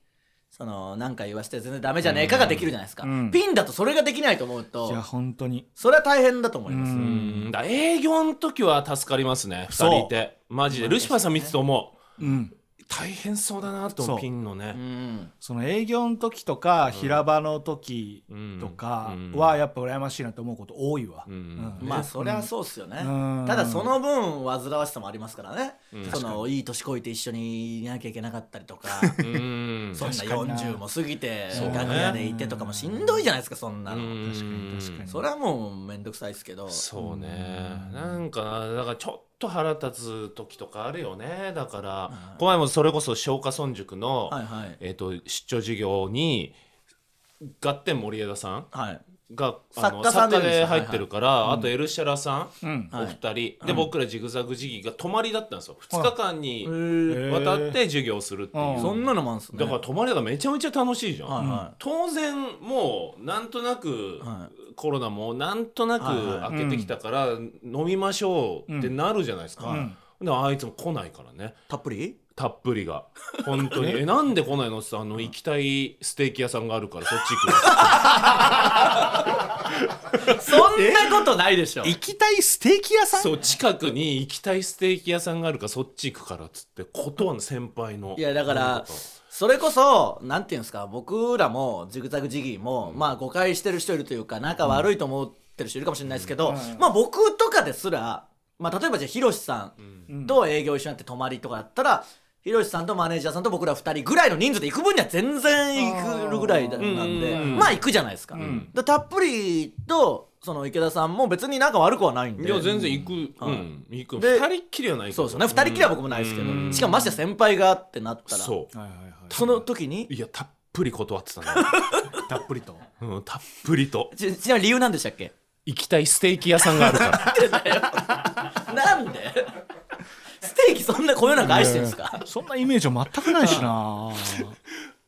その何か言わせて全然ダメじゃねえかができるじゃないですか、
うん
ピンだとそれができないと思う
いや
と
本当に
それは大変だと思います、
うん
うんだから営業の時は助かりますね
そう
2人いてマジでルシファーさん見てて思う
うん
大変そうだなと
そ
思
う
うピンの
う
ね
ん
その営業の時とか平場の時
うん
とか
うん
はやっぱ羨ましいなと思うこと多いわ
うん
うん
まあそりゃそうっすよね、
うん
ただその分煩わしさもありますからね、
うん
そのいい年こいて一緒にいなきゃいけなかったりとか
うん
そんな
確かにな
40も過ぎて
そうね
楽屋でいてとかもしんどいじゃないですかそんなの、
うん
確かに確かに
それはもうめんどくさいですけど
そうね
うん
なんかなだからちょっと腹立つ時とかあるよねだからこの前もそれこそ松下村塾の、
はいはい
えー、と出張授業にガッテン森枝さん
はい
があ
作
の
家さん
作
で
家
いいんです
で
よ
入ってるから、あとエルシャラさん、
うん
はい
お二人、で僕らジグザグジギーが泊まりだったんですよ2日間に
へー
渡って授業するっていう、
うん
そんなのもあるんすね
だから泊まりだからめちゃめちゃ楽しいじゃん、
はいは
当然もうなんとなく、
は
コロナもなんとな
はいは
く
い
開けてきたから、飲みましょうってなるじゃないですか、
うん
でもあいつも来ないからね
たっぷり
たっぷり が本当にえなんで来ないのって言ったらあの行きたいステーキ屋さんがあるからそっち行く
そんなことないでしょ
行きたいステーキ屋さん
そう近くに行きたいステーキ屋さんがあるからそっち行くからっつって断る先輩の
いやだからそれこそなんていうんですか僕らもジグザグジギーも、まあ誤解してる人いるというか仲悪いと思ってる人いるかもしれないですけど、
うん
まあ僕とかですら、まあ、例えばじゃあヒロシさ
うん
んと営業一緒になって泊まりとかだったら。ヒロシさんとマネージャーさんと僕ら2人ぐらいの人数で行く分には全然行けるぐらいだなんで
あーうん
まあ行くじゃないですか,、
ん
たっぷりとその池田さんも別に仲悪くはないんで
いや全然行く、うん
はい
行く
で
2人っきりはないけど
そうですよね2人きりは僕もないですけど、
うん
しかもましてや先輩がってなったらそ
そう
はいはいはい
の時に
いやたっぷり断ってたね、
たっぷりと
うん、たっぷりと
ちちなみに理由なんでしたっけ
行きたいステーキ屋さんがあるから
なんでステーキそんなこの中愛してるんです か、
そんなイメージは全くないしな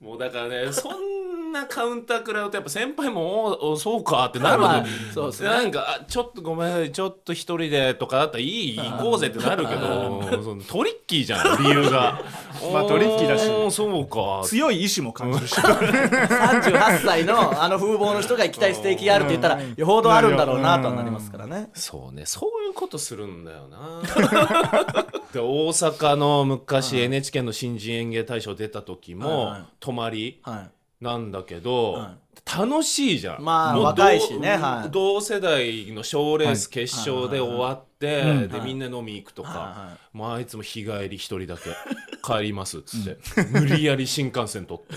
もうだから ね、そんなカウンター食らうとやっぱ先輩も「おおそうか」ってなるの、
まあそうっすね
なんかあ「ちょっとごめんなさいちょっと一人で」とかだったら「いい行こうぜ」ってなるけどそのトリッキーじゃん理由が
まあトリッキーだし
おそうか
強い意志も感じるし
38歳のあの風貌の人が行きたいステーキがあるって言ったら
うん
よほどあるんだろうなとはなりますからね
そうねそういうことするんだよな で大阪の昔 NHK の新人演芸大賞出た時も
はいはい
泊まり
はい
なんだけど、
は
楽しいじゃん、
まあ
もう
若いしね
同
はい
同世代の賞レース決勝で終わって、
いはいはい
で、
うん
みんな飲み行くとか、
はいは
もうあいつも日帰り一人だけ帰りますっつって、無理やり新幹線取って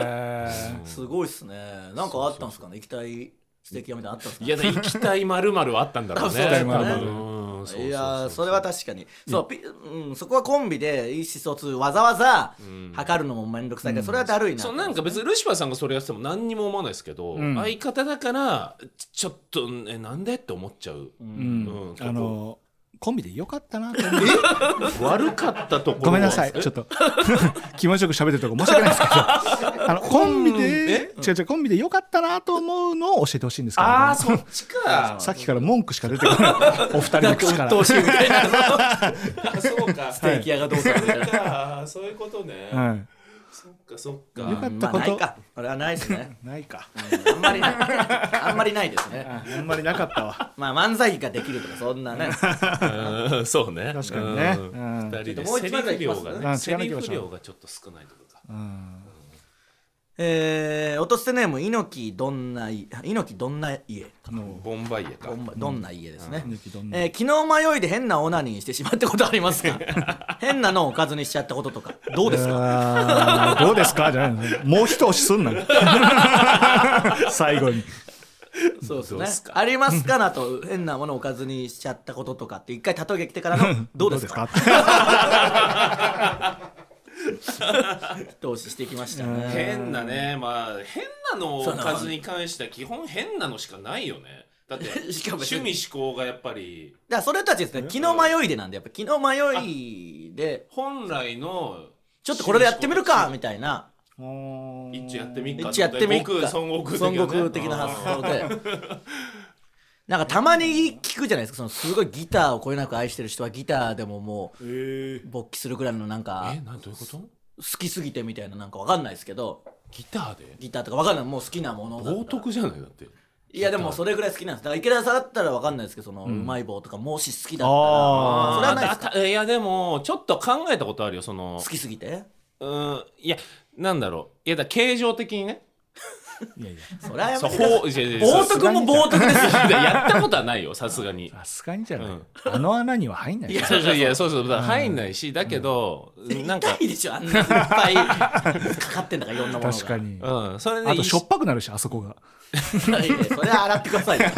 へ
すごいっすねなんかあったんですかね行きたいステーキ屋みたいなのあったんですか
い
ね
やだ行きたいまるはあったんだろうね
そうだよね
うんううう
いやーそれは確かにそうピうんそこはコンビで意思疎通わざわざ測るのもめんどくさいからそれはだるいな
そうなんか別にルシファーさんがそれやってても何にも思わないですけど、
うん
相方だからちょっと、ね、なんでって思っちゃう、
うん
うん
あのコンビでよかったなと思って
悪かったところ
ごめんなさい、ちょっと 気持ちよく喋ってるとこ申し訳ないですけど、あのコンビで、違う違う、コンビでよかったなと思うのを教えてほしいんですけど、
ああそっちか
さっきから文句しか出てこない、お二人
な
の
んか
口か
鬱
ら。
陶しいみたいな
あそうか
ステーキ屋がどうかみたいな
あーそういうことね、
うん
そっかそっ
う
か
ん
よかったこと
まあないかこれはないですね
ないか。
うんあんまりない あんまりないですね
あんまりなかったわ。
まあ漫才ができるとかそんな ね
うんそうね
確かにね
うん
う
二
ん
人
ちょっ
で
ともう
セ
一
リ
枚ぐら
フ
いいき
量
ます
が
う
ね
ん
セリ
違う違う
フ
違う
量がちょっと少ないとか
うん
えー、落とせネーム猪木どんない猪木どんな家かな
ボンバイエか
どんばどんな家ですね、
うん猪木どんな
えー昨日迷いで変なオナニーしてしまったことありますか変なのをおかずにしちゃったこととかどうですか
あーどうですかじゃないの。もう一押しすんな。最後に。
そうです
どう
ね
ですか
ありますかなと変なものをおかずにしちゃったこととかって一回例えが来てからの どうですか
どうですか
投資していきましたね
変なねまあ変なのおかずに関しては基本変なのしかないよねだって
しかも
趣味思考がやっぱり
だからそれたちですね昨日迷いでなんでやっぱ昨日迷いで
本来の
ちょっとこれでやってみるかみたいな
一丁やってみっか
一応やってみっか
僕孫悟空的なね
孫悟空的な発想で なんかたまに聞くじゃないですかそのすごいギターをこよなく愛してる人はギターでもも
えー
う勃起するぐらいのなんか
えなんどういうこと
好きすぎてみたいななんかわかんないですけど
ギターで
ギターとかわかんないもう好きなものだ
冒
ったら
涜じゃないだって
いやでもそれぐらい好きなんですだから池田さんだったらわかんないですけどそのうまい棒とかもし好きだったら
あ
それはないです
あ
か
たいやでもちょっと考えたことあるよその
好きすぎて
うんいやなんだろういやだ形状的にね
いやいや、
それはや
そう
めてください
ほういやいやいや
冒涜も冒涜です よ
いややったことはないよさすがに
さすがにじゃない。
うん
あの穴には入んない
いや
そうそういやそうそうだから入んないしだけどなんか
痛いでしょあんないっぱいかかってんだからいろんなものが
確かに。
うんそれで
あとしょっぱくなるし、あそこが。
いやい やそれは洗ってくださいよし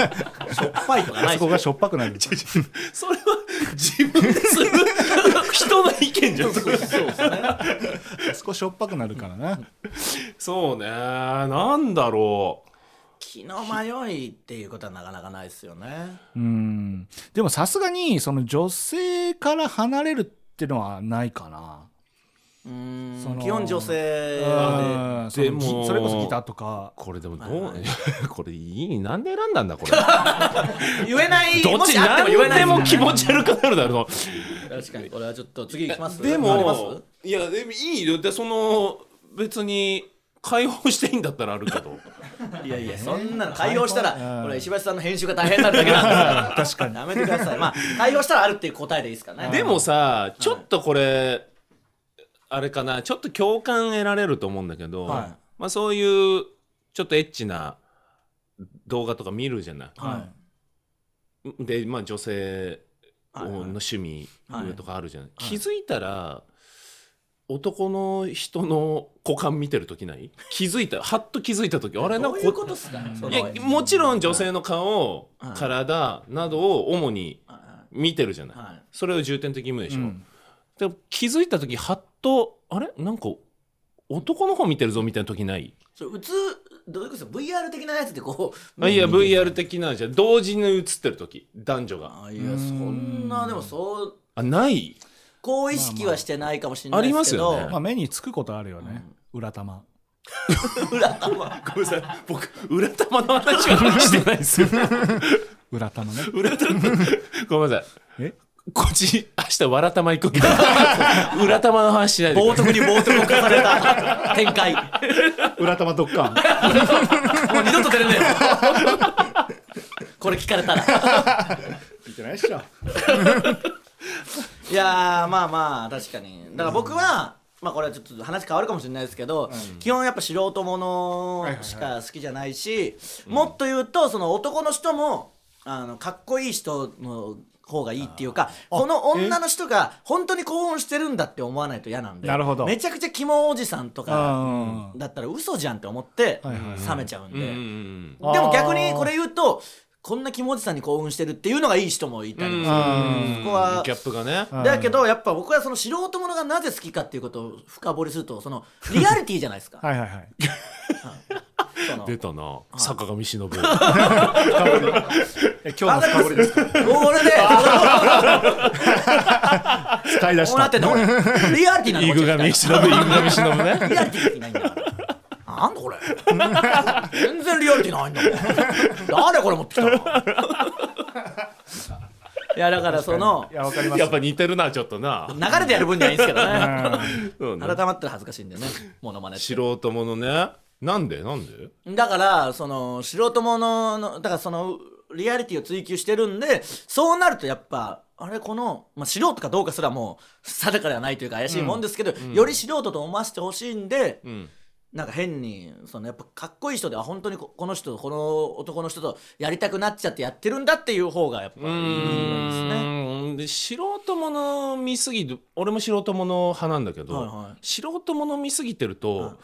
ょっぱいとか
あ
ない
そ
し
こがしょっぱくなる。
それは自分でする人の意見じゃん
そうですね
あそこしょっぱくなるからな。
そうねなんだろ
気の迷いっていうことはなかなかないですよね
うん。でもさすがに、その女性から離れるってのはないかな。
うーん
その
基本女性で
うんその
でも
それこそギターとか
う。これでもど
は
う
い
これいいなんで選んだんだこれ
言えない
どっ
も
ち
しあっても
何
言えない
でも気持ち悪くなるだろ
確かにこれはちょっと次いきます
うで
あります
もいやでもいいよでその別に解放していいんだったらあるけど
いやいやそんなの対応した
う
ら
ん
これ石橋さんの編集が大変になるだけなんですか
確か
ら
に
やめてくださいまあ対応したらあるっていう答えでいいですか ね
でもさちょっとこれあれかなちょっと共感得られると思うんだけど
はい
まあそういうちょっとエッチな動画とか見るじゃない
は
でまあ女性
はいはい
の趣味
はい
とかあるじゃない、気づいたら男の人の股間見てる時ない気づいたはっと気づいた時あ
い
れな
ど
ん
う
か
いうことっすかその
いやもちろん女性の顔、体などを主に
は
見てるじゃない、
いはい
それを重点的務でしょ、
うん
でも気づいた時はっとあれなんか男の方見てるぞみたいな時ない、
それうつどういうことですか VR 的なやつでこう
あいや
見て
VR 的なじゃん同時に映ってる時男女が
あいやそんなでもそう
あない
こう意識はしてないかもしれないですけど、
ありますよ
まあ、目につくことあるよね、裏玉
ごめんなさい僕裏玉の話はしてないですよ
裏玉ね
裏玉 ごめんなさい
え
こっち明日わらたま行くけど裏玉の話しないで
冒涜に冒涜を重ねた展 開も
裏玉ドッカン
う二度と出れねえよこれ聞かれたら
聞いてないっしょ
いやーまあまあ確かにだから僕は、まあこれはちょっと話変わるかもしれないですけど、基本やっぱ素人ものしか好きじゃないし、もっと言うとその男の人もあのかっこいい人の方がいいっていうかこの女の人が本当に興奮してるんだって思わないと嫌なんで
なるほど
めちゃくちゃ肝おじさんと
あ
かだったら嘘じゃんって思って
はいはい
冷めちゃうんで、
うんうんうん
あー
でも逆にこれ言うとこんな肝おじさんに興奮してるっていうのがいい人もいたりもする
うん
そこは
ギャップがね
はい
だけどやっぱ僕はその素人者がなぜ好きかっていうことを深掘りするとそのリアリティじゃないですか
はいはいはい
その
出たな坂上忍
今日の深掘りですか
これで
使い出
こ
し
うなったてんのこれリアリティなの
イグガミ忍イグガミ忍ね
リアリティないんだから。なんだこれ。全然リアリティないんだもん。誰これ持ってきたの。いやだからその
いやわかります
やっぱ似てるなちょっとな
流れでやる分にはいいんですけどね。
そうね
改まったら恥ずかしいんだよね。モノマネって。
素人ものねなんでなんで
だからその素人もののだからそのリアリティを追求してるんでそうなるとやっぱあれこの、まあ、素人かどうかすらもう定かではないというか怪しいもんですけど、より素人と思わせてほしいんで、
うん
なんか変にそのやっぱかっこいい人であ本当にここの人この男の人とやりたくなっちゃってやってるんだっていう方がやっぱいいですね。
うーんで素人もの見すぎる俺も素人もの派なんだけど、
はいはい
素人もの見すぎてると、
はい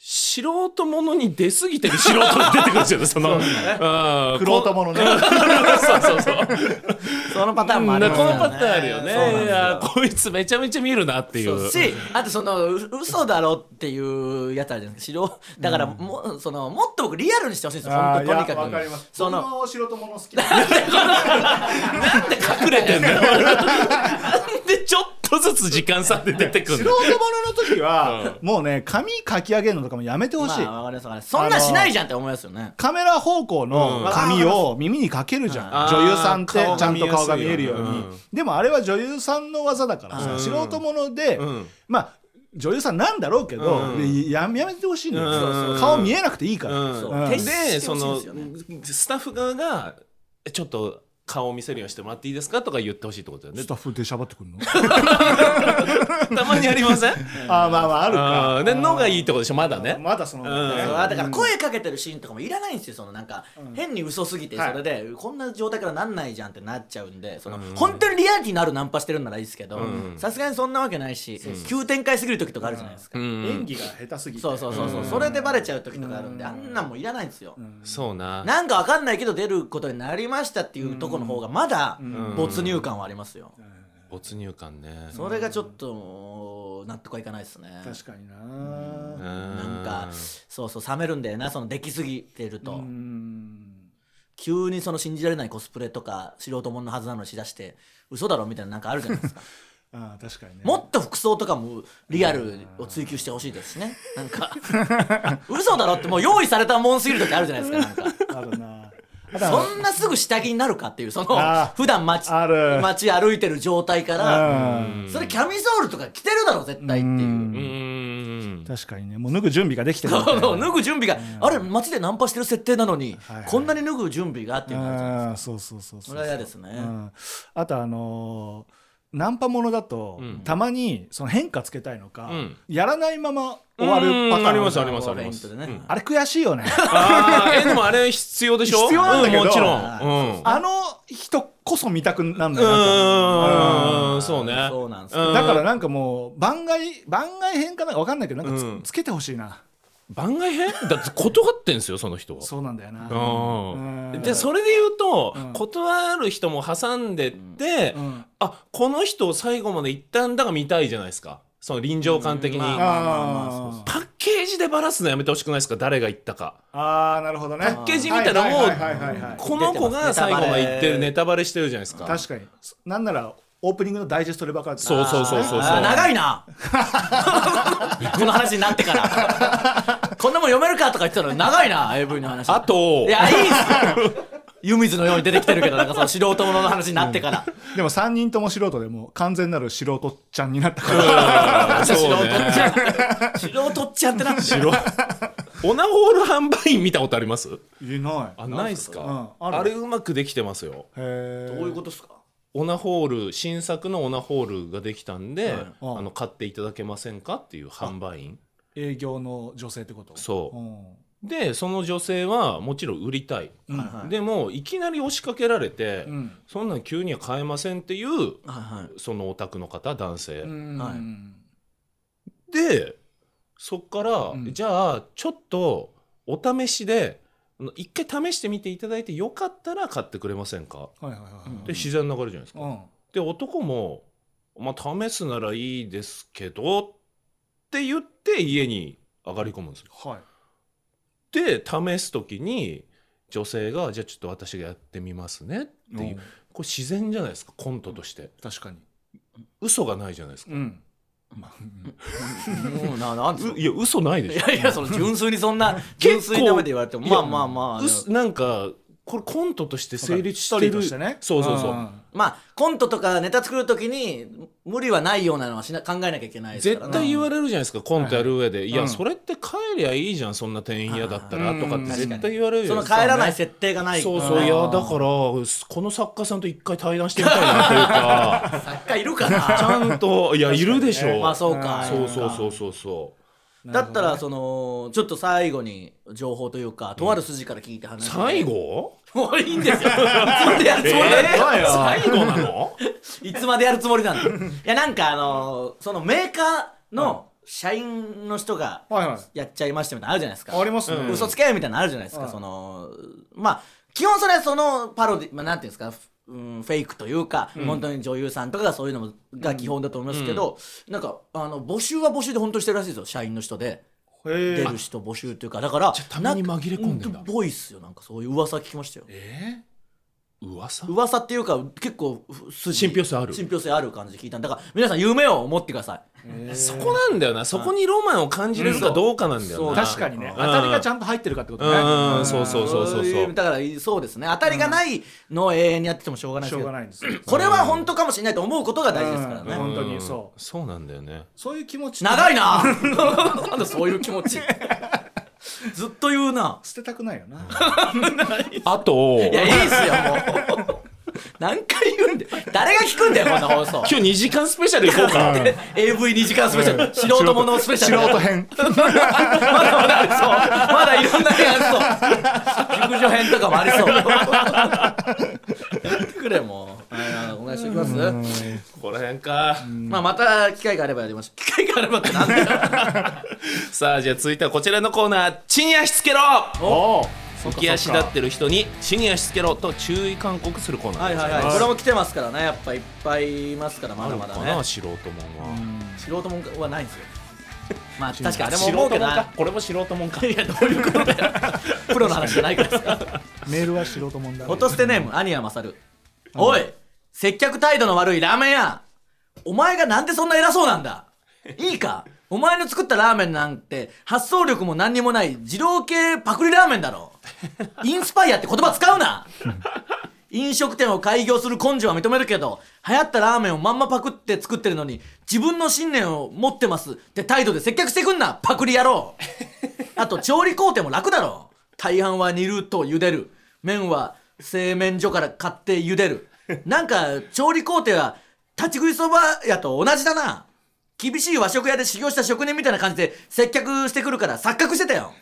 素人ものに出すぎてる素人が出てくるんですよねその
クロートものね
のそうそうそう
そのパターンもあり
な
ます
こ
よ
の
ね。
パターンあるよね
そうなんですよ
いやこいつめちゃめちゃ見るなっていう
そうしあとそのう嘘だろっていうやつあるじゃないですか白だからも,、うそのもっと僕リアルにしてほしいんですよ
あ
本
ーい
当
や
とにかく
わかります
そ
そ
の
の素人もの好きだ
なんで隠れてんだよなんでちょっとずつ時間差で出てくる
素人ものの時はもうね髪かき上げるのとかもやめてほしい
まあわかりますわかりますそんなんしないじゃんって思いますよね、
カメラ方向
う
の
ん
髪を耳にかけるじゃん、
あー
女優さんって
顔が
ちゃんと顔が見えるように、
見えやすいよね
でもあれは女優さんの技だからさ、
うん
素人もので、
うん
まあ女優さんなんだろうけど、
うん
でややめてほしいんだよ、
うん
そうそう顔見えなくていいから、
う
うん
ん、
徹して
で
ほしい
そ
んで
の
すよね
スタッフ側が「ちょっと顔を見せるようにしてもらっていいですか?」とか言ってほしいってことだよね
スタッフでしゃばってくるの
たまにありません
ああまあまああるか
あーで「の」がいいってことでしょまだね
まだその、
うん
ね
そうだから声かけてるシーンとかもいらないんですよそのなんか、変に嘘すぎて
はい
それで、こんな状態からなんないじゃんってなっちゃうんでその、本当にリアリティのあるナンパしてるんならいいですけど
うん
さすがにそんなわけないし、急展開すぎる時とかあるじゃないですか、
うん
演技が下手すぎて
そうそうそうそう、
ん
それでバレちゃう時とかあるんで、あんなんもういらないんですよ、
そうな
なんかわかんないけど出ることになりましたっていうとこの方がまだ
ん
没入感はありますよ、
没入感ね
それがちょっともう納得はいかないですね
確かにな、
う
なんかそうそう冷めるんだよなその出来すぎてると、
うん
急にその信じられないコスプレとか素人もんのはずなのにしだして嘘だろみたいななんかあるじゃないですか
ああ確かにね
もっと服装とかもリアルを追求してほしいですしねなんか嘘だろってもう用意されたもんすぎる時あるじゃないですかなんか
ある なあとは
そんなすぐ下着になるかっていうその
あー
普段街
ある
街歩いてる状態から
うん
それキャミソールとか着てるだろ絶対っていううん
うん
確かにねもう脱ぐ準備ができてるみたいな
そう脱ぐ準備があれ街でナンパしてる設定なのに
はいはい
こんなに脱ぐ準備があっていうのがあるじゃない
ああそうそうそう
そ
そう
れは嫌ですね
うん、あとあのーナンパものだと、
うん
たまにその変化つけたいのか、
うん
やらないまま終わるパターン
うんありますあ
る
りますあ
フ
り
ェ
ま
イン
す
トでね
うん
あれ悔しいよね
あーえでもあれ必 要でしょ
必要なんだけど
うもちろん
あ
うん
あの人こそ見たくなんだ
う
よな
ーんそうね
そうなんですよ
う
だからなんかもう番外番外編かなんかわかんないけどなんかつ,、
うん
つけてほしいな
番外編だって断ってんすよその人は
そうなんだよな
うん
うん
でそれで言うと、
うん
断る人も挟んでって、
うん
あこの人を最後まで行ったんだが見たいじゃないですかその臨場感的に、
うんまあまあ
あー
パッケージでバラすのやめてほしくないですか誰が行ったか
あーなるほどね
パッ
ケージ見たらもう
はいはいはいはいはい
この子が最後まで行ってるネ
ネ
タバレしてるじゃないですか
確かになんならオープニングのダイジェストでばかり
そうそうそうそうそう
あー長いなこの話になってからこんなもん読めるかとか言ってたのに長いな AV の話
あと
いやいいっすよ湯水のように出てきてるけどなんかその素人ものの話になってから
でも3人とも素人でもう完全なる素人ちゃんになったから
うん
素
そう
人っ ちゃ
ね
ん素人っちゃんってなって
オナホール販売員見たことあります
いない
あないっすか、
うんあ
あ
る
れうまくできてますよ
へ
ど
え
ういうことですか
オナホール新作のオナホールができたんで、
はい
うん
あの買っていただけませんかっていう販売員
営業の女性ってこと
そう
うん
でその女性はもちろん売りたい、
うん
はいはい
でもいきなり押しかけられて、
うん
そんなん急には買えませんっていう
はいはい
そのお宅の方男性、
うん
はい
でそっから、
ん
じゃあちょっとお試しであの一回試してみていただいてよかったら買ってくれませんか
はいはいはい
で自然な流れじゃないですか、
うん
で男も「まあ試すならいいですけど」って言って家に上がり込むんですよ
はい
で試す時に女性が「じゃあちょっと私がやってみますね」っていうこれ自然じゃないですかコントとして
確かに
嘘がないじゃないですか
うん
もうななんつうの
ういや嘘ないで
い
しょ
やいやその純粋にそんな純
結構
粋な目で言われても
いや
まあまあまあ
うすなんかこれコントとして成立して
ストーリー
る
としてね
そうそうそう、
ん
まあコントとかネタ作る時に無理はないようなのはしな考えなきゃいけないですから
絶
ね
対言われるじゃないですかコントやる上で、い、
う
や
ん
それって帰りゃいいじゃんそんな店員嫌だった
あ
ら
ー
とかっ
う
て
ん
絶対言われるじ
そ
ゃな
の
いですか
帰らない設定がない
そうそう
うん
いやだからこの作家さんと一回対談してみたいなという か
作家いるか
ち
な
ゃんといやいるでしょ
まあそうか
そうそうそうそうそう
だったらそのちょっと最後に情報というかとある筋から聞いて話して
最後
もういいんですよ。い つまでやるつもり
えー
なんだ
最後なの
いつまでやるつもりなんだ よいや、なんかあのーそのメーカーの社員の人が
はいはい
やっちゃいましたみたいなのあるじゃないですか。
ありますね、
うん
嘘つけみたいなのあるじゃないですか。
うん
その、まあ、基本それはそのパロディ、まあ、なんていうんですか、ふうん、フェイクというか、本当に女優さんとかがそういうのもが基本だと思いますけど、なんか、あの、募集は募集で本当にしてるらしいですよ、社員の人で。出
へ
る人募集というか、だから、
たまに紛れ込んでんだ
うぽいっすよ、なんかそういう噂聞きましたよ。
えー、噂
噂っていうか結構ふ筋
信憑性ある
信憑性ある感じで聞いたんだから皆さん夢を持ってください
え
そこなんだよなそこにロマンを感じれるかどうかなんだよ
そう
な
確かにね
ん
当たりがちゃんと入ってるかってことね
うんうんそうそうそう
いうだからそうですね当たりがないのを永遠にやっててもしょうがない
しょ
です
う
け
が
ど
ないんですよ
これは本当かもしれないと思うことが大事ですから
うん
ね
本当にそ
んそうなんだよね
そういう気持ち
長いななんだそういう気持ちずっと言うな
捨てたくないよな
あと
いやいいっすよもう何回言うんだよ誰が聞くんだよこんな放送
今日2時間スペシャルいこうか
AV2 時間スペシャル素人ものスペシャル
素人 編
まだまだありそう。まだいろんな編あ りそう。熟女編とかもありそう。やってくれもう。はいお願いしておきます。
ここら辺か
まあまた機会があればやりましょう。機会があればってなん だよ。
さあじゃあ続いてはこちらのコーナー「地に足つけろ!」
おお
浮き足立ってる人に「地に足つけろ!」と注意勧告するコーナー
はいはいはい。これも来てますからね。やっぱいっぱいいますからま
あ
だ
る
まだ
かな
ね。
素人もんは
素人もんはないんですよ。 まあ確
確
か
か
あ
あ
れ
れ
も
も
思
思
う
う
け
け
ど
ど
な。
これも素人もんか
いやどういうことだよ。プロの話じゃないからさ。
メールは素人問題
フォトステネーム、アニヤマサル。おい、接客態度の悪いラーメン屋。お前がなんでそんな偉そうなんだ。いいか、お前の作ったラーメンなんて発想力も何にもない二郎系パクリラーメンだろ。インスパイアって言葉使うな。飲食店を開業する根性は認めるけど、流行ったラーメンをまんまパクって作ってるのに、自分の信念を持ってますって態度で接客してくんな、パクリ野郎。あと調理工程も楽だろ大半は煮ると茹でる麺は製麺所から買って茹でるなんか調理工程は立ち食いそば屋と同じだな厳しい和食屋で修行した職人みたいな感じで接客してくるから錯覚してたよ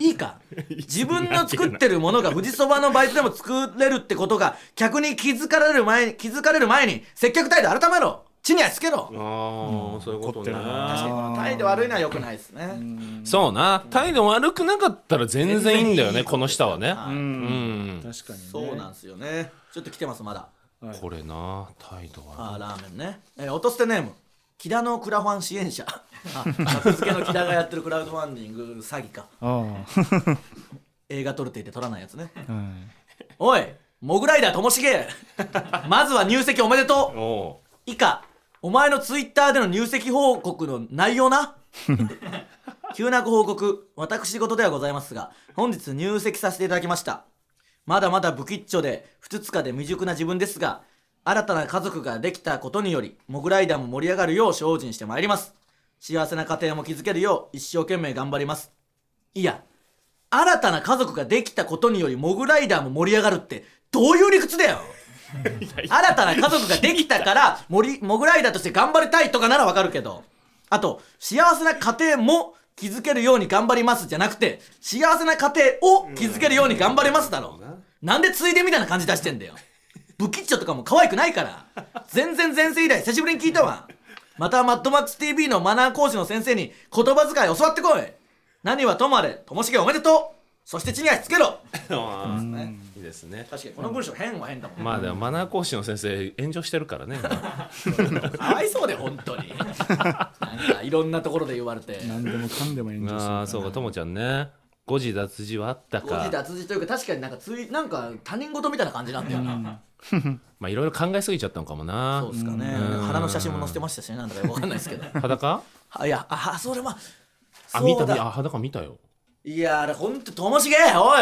いいか自分の作ってるものが富士そばのバイトでも作れるってことが客に気づかれる前に気づかれる前に接客態度改めろ地に足つけろ
ああそういうことね
確かにこの態度悪いのは良くないですね
そうな態度悪くなかったら全然いいんだよねこの下はね
はいう
うんん
確かにね
そうなんですよねちょっと来てますまだ
はい
これな態度悪
あーラーメンね、えー、落と捨てネーム木田のクラファン支援者あ 格付けの木田がやってるクラウドファンディング詐欺か
あ
映画撮るって言って撮らないやつね
あうん
おいモグライダーともしげまずは入籍おめでと
いうおう
以下お前のツイッターでの入籍報告の内容な 急なご報告私事ではございますが本日入籍させていただきましたまだまだ不吉祥で不つかで未熟な自分ですが新たな家族ができたことによりモグライダーも盛り上がるよう精進してまいります幸せな家庭も築けるよう一生懸命頑張りますいや新たな家族ができたことによりモグライダーも盛り上がるってどういう理屈だよ新たな家族ができた から森モグライダーとして頑張りたいとかならわかるけどあと幸せな家庭も築けるように頑張りますじゃなくて幸せな家庭を築けるように頑張りますだろなんでついでみたいな感じ出してんだよブキッチョとかも可愛くないから全然前世以来久しぶりに聞いたわまたマッドマックス TV のマナー講師の先生に言葉遣い教わってこい何はともあれともしげおめでとうそして地に足つけろ
あー いいですね
確かにこの文章変は変だもん
まあでもマナー講師の先生炎上してるからね今
かわいそうで本当になんかいろんなところで言われて
何でもかんでも炎上する
ああそうかともちゃんね誤字脱字はあった
誤字
か、
脱字というか確かになんかついなんか他人事みたいな感じなんだよな、
まあ、いろいろ考えすぎちゃったのかもな
そうですかね、花の写真も載せてましたしねなんだかよくわかんないですけど
裸
あいやああそれま
あ
そう
見た見
だ
たあ裸見たよ
いやあれほんとともしげおい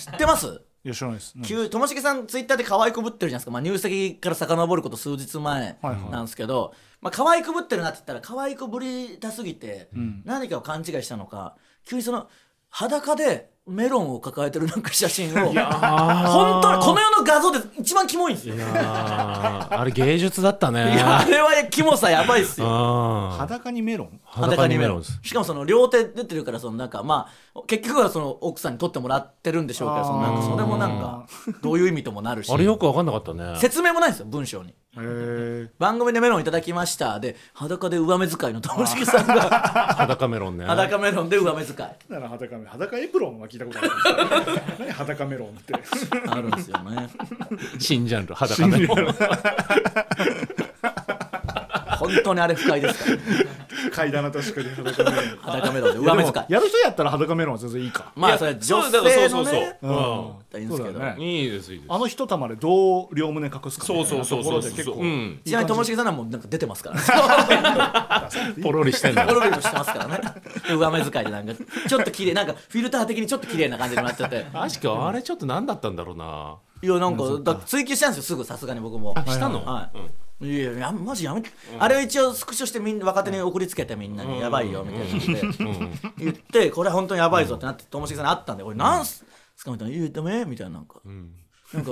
知ってます
いや知らないです、うん
急ともしげさんツイッターで可愛くぶってるじゃないですか、まあ、入籍から遡ること数日前
はいはい
なんですけど、まあ、可愛くぶってるなって言ったら可愛くぶりたすぎて、
ん
何かを勘違いしたのか急にその裸でメロンを抱えてるなんか写真を本当にこの世の画像で一番キモいんですよいや
あーあれ芸術だった ね
あれはキモさやばいっすよ
あー
裸にメロン
裸にメロンです
しかもその両手出てるからそのなんかまあ結局はその奥さんに撮ってもらってるんでしょうけどそのなんかそれもなんかどういう意味ともなるし
あれよく分かんなかったね
説明もないんですよ文章に。
へえ
番組でメロンいただきましたで裸で上目遣いのともしげさんが
裸メロンね
裸メロンで上目遣い
なら裸メロン裸エプロンは聞いたことあるんですけど何裸メロンって
あるんですよね
新ジャンル裸メロン
本当にあれ不快ですから、ね、
階段は確かに裸メロン
裸メロンで上目遣い
やる人やったら裸メロンは全然いいか
まあそれは女性のね
そうそ
いいんですけど、
ういいですいいです
あの一玉でどう両胸隠すかみたい
そ
な
うそうそうそう
ところで結構
うん
ちなみにともしげさんはもうなんか出てますからね
ポロリしてんだ
ゴ ロリもしてますからねで上目遣いでなんかちょっと綺麗なんかフィルター的にちょっと綺麗な感じになっちゃって
確かあれちょっと何だったんだろうない
やなんかだから追求したんですよすぐさすがに僕も
したの
はい
うん
いやいやマジやめて、あれを一応スクショしてみんな若手に送りつけてみんなに、やばいよみたいなので、言ってこれは本当にやばいぞってなってともしげさんに会ったんで「俺なんすか?」みたいな「言うてめえ」みたいななんか。なんか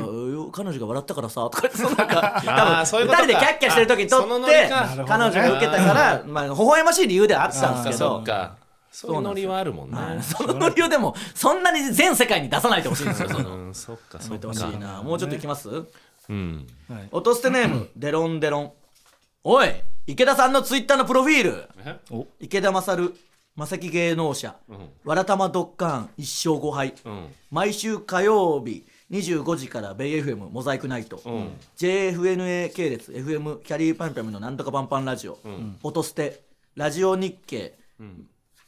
彼女が笑ったからさとか言ってそのなんか
あー
多
そうい
分
うこと
2
か
人でキャッキャしてる時に撮
あその
っ
ノ
て
リ
彼
か
女が受けたからまあ微笑ましい理由ではあったんですけ
そ
ど
っかそういうノリはあるもんね
そのノリをでもそんなに全世界に出さないでほしいんですよその
うんそっか
や
そ
め
って
ほし
か
いなもうちょっといきます
うん
落とすてネ ームデロンデロンおい池田さんのツイッターのプロフィール
え
池田勝正木芸能者、
ん
わらたまドッカン1勝5敗、
うん
毎週火曜日25時からベイ FM モザイクナイト、
うん
JFNA 系列 FM キャリーパンパムのなんとかパンパンラジオ、音捨てラジオ日経、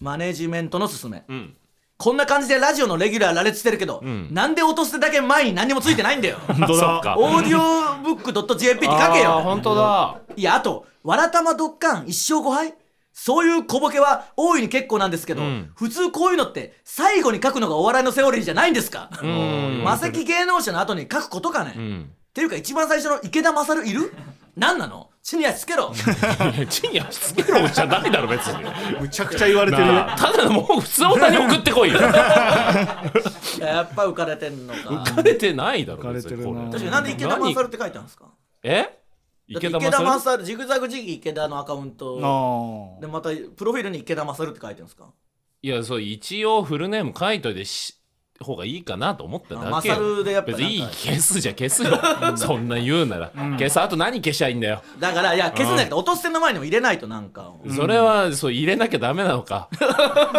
マネジメントのすすめ、
うん
こんな感じでラジオのレギュラー羅列してるけど、なんで音捨てだけ前に何にもついてないん だよ
本当だ
オーディオブック .jp って書け
あー
よ
本当だ
いやあと「わらたまドッカン一勝5敗」そういう小ボケは大いに結構なんですけど、
ん
普通こういうのって最後に書くのがお笑いのセオリーじゃないんですか
ん
マセキ芸能者の後に書くことかね、っ
ん
ていうか一番最初の池田勝いる何なの地に足つ けろ
いや地に足つけるおじゃないだろ 別に
むちゃくちゃ言われてるよ
なあただのもう普通の歌に送って こいよ
やっぱ浮かれてんのか
浮かれてないだろ
浮かれてるな
別にこ
確かになんで池田勝るって書いてあるんですか
え
だっ
池
て池
田
田
勝
勝ジグザグジギー池田のアカウント
あ
でまたプロフィールに池田勝って書いてあるんですか
いやそう一応フルネーム書いといてし方がいいかなと思っただけ
あマサルでやっぱなん
別
か
にいい消すじゃ消すよそんな言うなら、消すあと何消しゃいいんだよ、
だからいや消すんじゃなくて落とすての前にも入れないとなんかを
それはそう入れなきゃダメなの か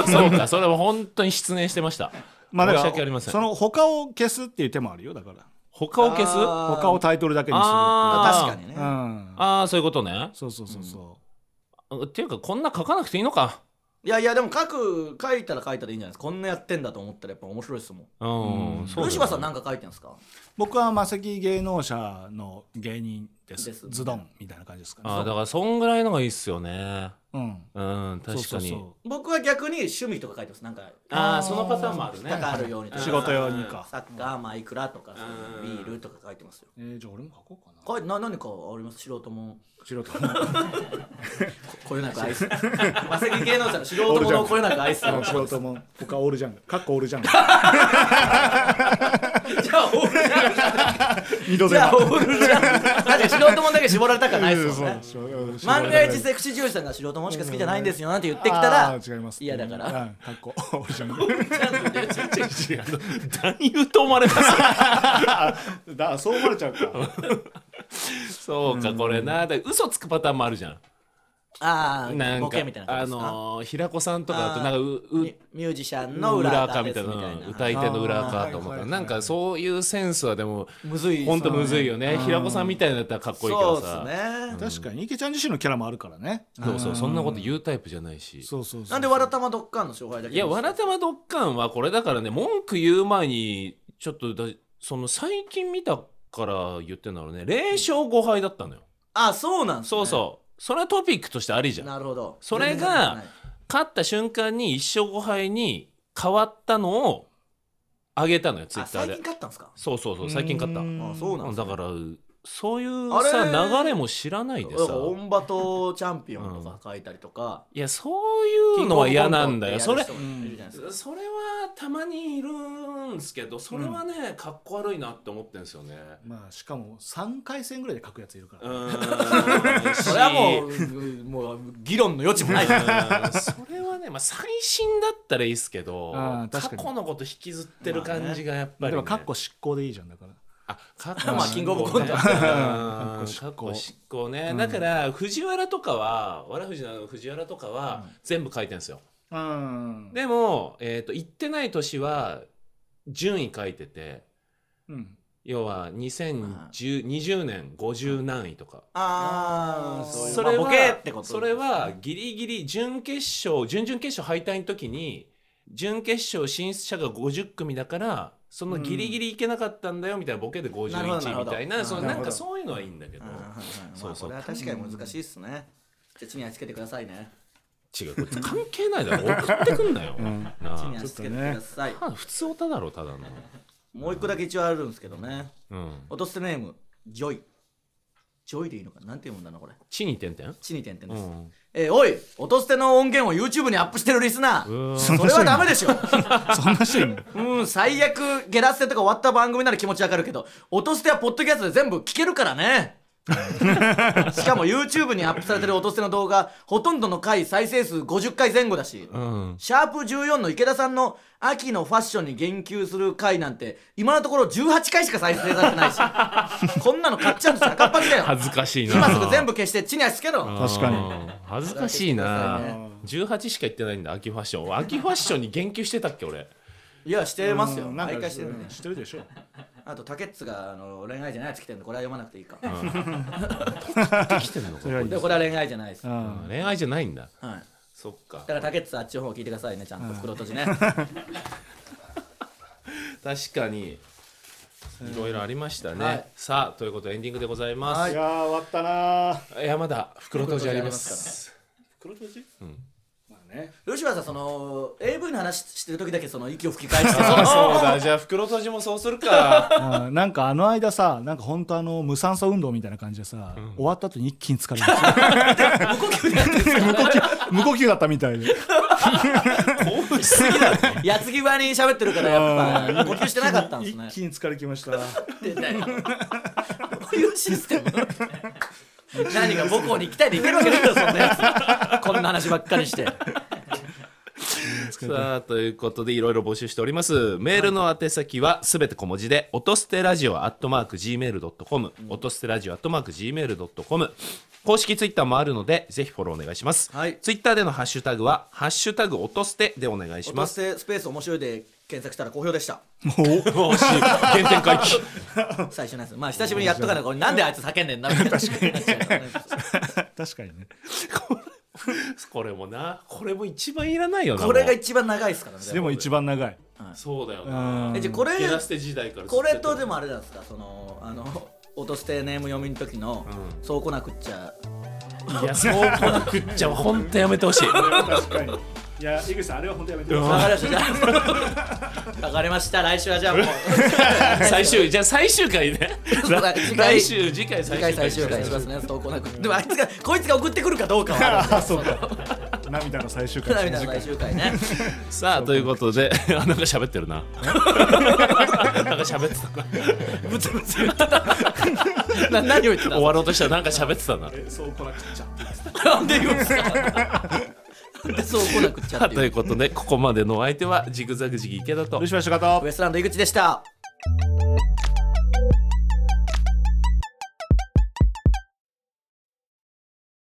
そうかそれは本当に失念してました、
まあだ
申し
か
訳ありま
ら
せん
その他を消すっていう手もあるよだから
他を消すあ
あー
他をタイトルだけにする
あ
確かにね
っていううん
あーそういうことね
そうそうそうそ
っていうかこんな書かなくていいのか
いやいやでも書く書いたら書いたらいいんじゃないですかこんなやってんだと思ったらやっぱ面白いですもん
うん、そうだよ
ルシファーさんなんか書いてんですか
う僕はマセキ芸能者の芸人で
ですす
ズドンみたいな感じですかね
あーだからそんぐらいのがいいっすよね
うん
うん確かに
そうそうそ
僕は逆に趣味とか書いてますなんか
ああそのパターンもあるね
な んかあるようにとか
仕事用にか
サッカーマイクラとかそういうビールとか書いてますよ
うえーじゃあ俺も書こうかな
書いてな何かあります素人も
素人
ここよなく愛 するマセキ芸能者の素人ものをこよなく愛する
も仕事も他オールジャンルかっこオールジャン ル
じゃあオールじ
二度
ゃんじゃあオールじゃん確かに素人もんだけ絞られたくはないですもんね万が一セクシー女優さんが素人もんしか好きじゃないんですよなんて言ってきたら
違います
嫌だから
うんかっこオールジャン
男優と思われます
ルだそう思われちゃうか
そうかこれなだから嘘つくパターンもあるじゃん
あ
な
あ、
ん
ボ
か
ケみたいなこと
あ
ですか、
のー平子さんとかだと
あー
なんかうう
ミミュージシャンの裏
裏
垢
垢
で
み
す
たい
み
な
たいな、
うん歌い手の裏垢と思
あーは
っ
い
た
は
ら
い
なんかそういうセンスはでも
むずい
ほんとむずいよね
そう
平子さんみたいなやったらかっこいいけど
そう
さ
ですね、
確かに池ちゃん自身のキャラもあるからね
そうそうそんなこと言うタイプじゃないし
そうそうそう
なんでわらたまドッカンの勝敗だけ
いや、わらたまドッカンはこれだからね、文句言う前に、ちょっとだ、その最近見たから言ってんだろうね、0勝5敗だったのよ。
あそうなんです、ね、
そうそう。それはトピックとしてありじゃん。
なるほど
それが
はい
勝った瞬間に1勝5敗に変わったのを上げたのよ、ツイ
あ
ッター
最近
で。
勝ったんですか
そうそうそう、最近勝った。
あそうなん
うん
です
だ
ね
から、そういう
あれ
さ、流れも知らないで
だか
さ
ら。オンバトチャンピオンとか書いたりとか、
いや、そういうのは嫌なんだよ。それ、
キングオブコントってやる人もいるじゃないですか
それはたまにいるんですけどそれはね、かっこ悪いなって思ってるんですよね。
まあしかも3回戦ぐらいで書くやついるか
う
らね
ーん
それはもううんもう議論の余地もないです
うんそれはね、まあ、最新だったらいいですけど
あー
過
確かに
去のこと引きずってる感じがやっぱり、ね
でもかっこ執行でいいじゃんだから
あ過去
まあキングオブコン
ね
ト
かっこ執行
過去執行ね、だから藤原とかはわらふじの藤原とかは全部書いてるんですよ。
うん
でも、えー、と行ってない年は順位書いてて。
うん
要は2020年50何位とか、
ああそういう
それ
ま
は、
あボケってこと
それはギリギリ準決勝準々決勝敗退の時に準決勝進出者が50組だからそのギリギリいけなかったんだよみたいなボケで
なるほどなる
51
ほ
み
ど
たいなその
な
なん
るほど
かそういうのはいいんだけど
うんうんうんまあ
そうそう
これは確かに難しいですねじゃあ地に足つけてくださいね
違うこれ関係ないだろ送ってくんなよ、な
地
あ
に足つけてください、
ただ普通オタだろただの、
もう一個だけ一応あるんですけどね
うん、
落とすネームジョイジョイでいいのかななんて読むんだなこれ
地に点々
地に点々
う
です、
ん
えーおい音捨ての音源を YouTube にアップしてるリスナ
う
ー
わ
それはダメでしょ
そんな人いるの
うん最悪ゲラ捨てとか終わった番組なら気持ちわかるけど音捨てはポッドキャストで全部聞けるか らねしかも YouTube にアップされてる音捨ての動画ほとんどの回再生数50回前後だし、
うん
シャープ14の池田さんの秋のファッションに言及する回なんて今のところ18回しか再生されてな いしこんなの買っちゃうんです赤っ端だよ
恥ずかしいな
今すぐ全部消して地に足つけろ、
確かに
うん恥ずかしいな、
ね
18しか言ってないんだ秋ファッション秋ファッションに言及してたっけ俺
いやしてますよ
うんなんか
毎回してるね
知ってるでしょ
あとタケッツがあの恋愛じゃないやつ来てるんでこれは読まなくていいか
できてるのか
それはいい
でこれは恋愛じゃないです、
う
はい、
ん
恋愛じゃないんだ
だ
そっか
からタケッツあっちの方聞いてくださいねちゃんと袋閉じ ね
確かにいろいろありましたね、
はい
さあということでエンディングでございます、
いやー終わったなー
い、やまだ袋閉じあります
黒閉じ
ん
まあね
ルシファーさんその AV の話してる時だけその息を吹き返してそ
あ
の
そうだじゃあ袋閉じもそうするか
うんなんかあの間さなんか本当あの無酸素運動みたいな感じでさ、終わった後に一気に疲れました 無呼吸だった無呼吸だったみたいで
興奮しすぎだろ
矢継ぎ早に喋ってるからやっぱ呼吸してなかったんですね
一気に疲れきま した
ってんだよどういうシステム何が母校に行きたいで行けるわけないだろそんなやつこんな話ばっかりして
さあということでいろいろ募集しておりますメールの宛先はすべて小文字で音捨てラジオアットマーク Gmail.com 音捨てラジオアットマーク Gmail.com 公式ツイッターもあるのでぜひフォローお願いします、
はい
ツイッターでのハッシュタグは「ハッシュタグ音捨て」でお願いし
音
ま
捨
す
てスペース面白いで検索したら好評でした
おし原点回帰
最初のやつまあ久しぶりにやっとかなこれなんであいつ叫んでんだみたいな確かに
確かにね
これもなこれも一番いらないよな
これが
もう
一番長いですからね
でも一番長い
そうだよ
う
な、
え
ん
じゃあこれ
ゲラ捨て時代からずっ
これ
やってた
とでもあれなんですかそのあの音捨てネーム読みの時の、そうこなくっちゃ
いやそうこなくっちゃほんとやめてほしい
確かにいや井口さんあれは本当やめて
ほ
わかりましたじゃあわかりました来週はじゃあもう
最終じゃあ最終回ね
次回
来週次回
次
最終
回最
回
終回しますね投稿なくでもあいつがこいつが送ってくるかどうかはあ
あそうか涙の最終
るんだ
回
みたいな最終回ね
さあということで あなんか喋ってるな なんか喋ってたな
ブツブツ言ってたな何を言ってた
終わろうとしたらなんか喋って たな
そうこなくっちゃ
なんで言うんですかなんでそう来なくっちゃって
と
い
いううことでここまでのお相手はジグザグジギ池田と
ルシファー仕方
ウエストランド井口でした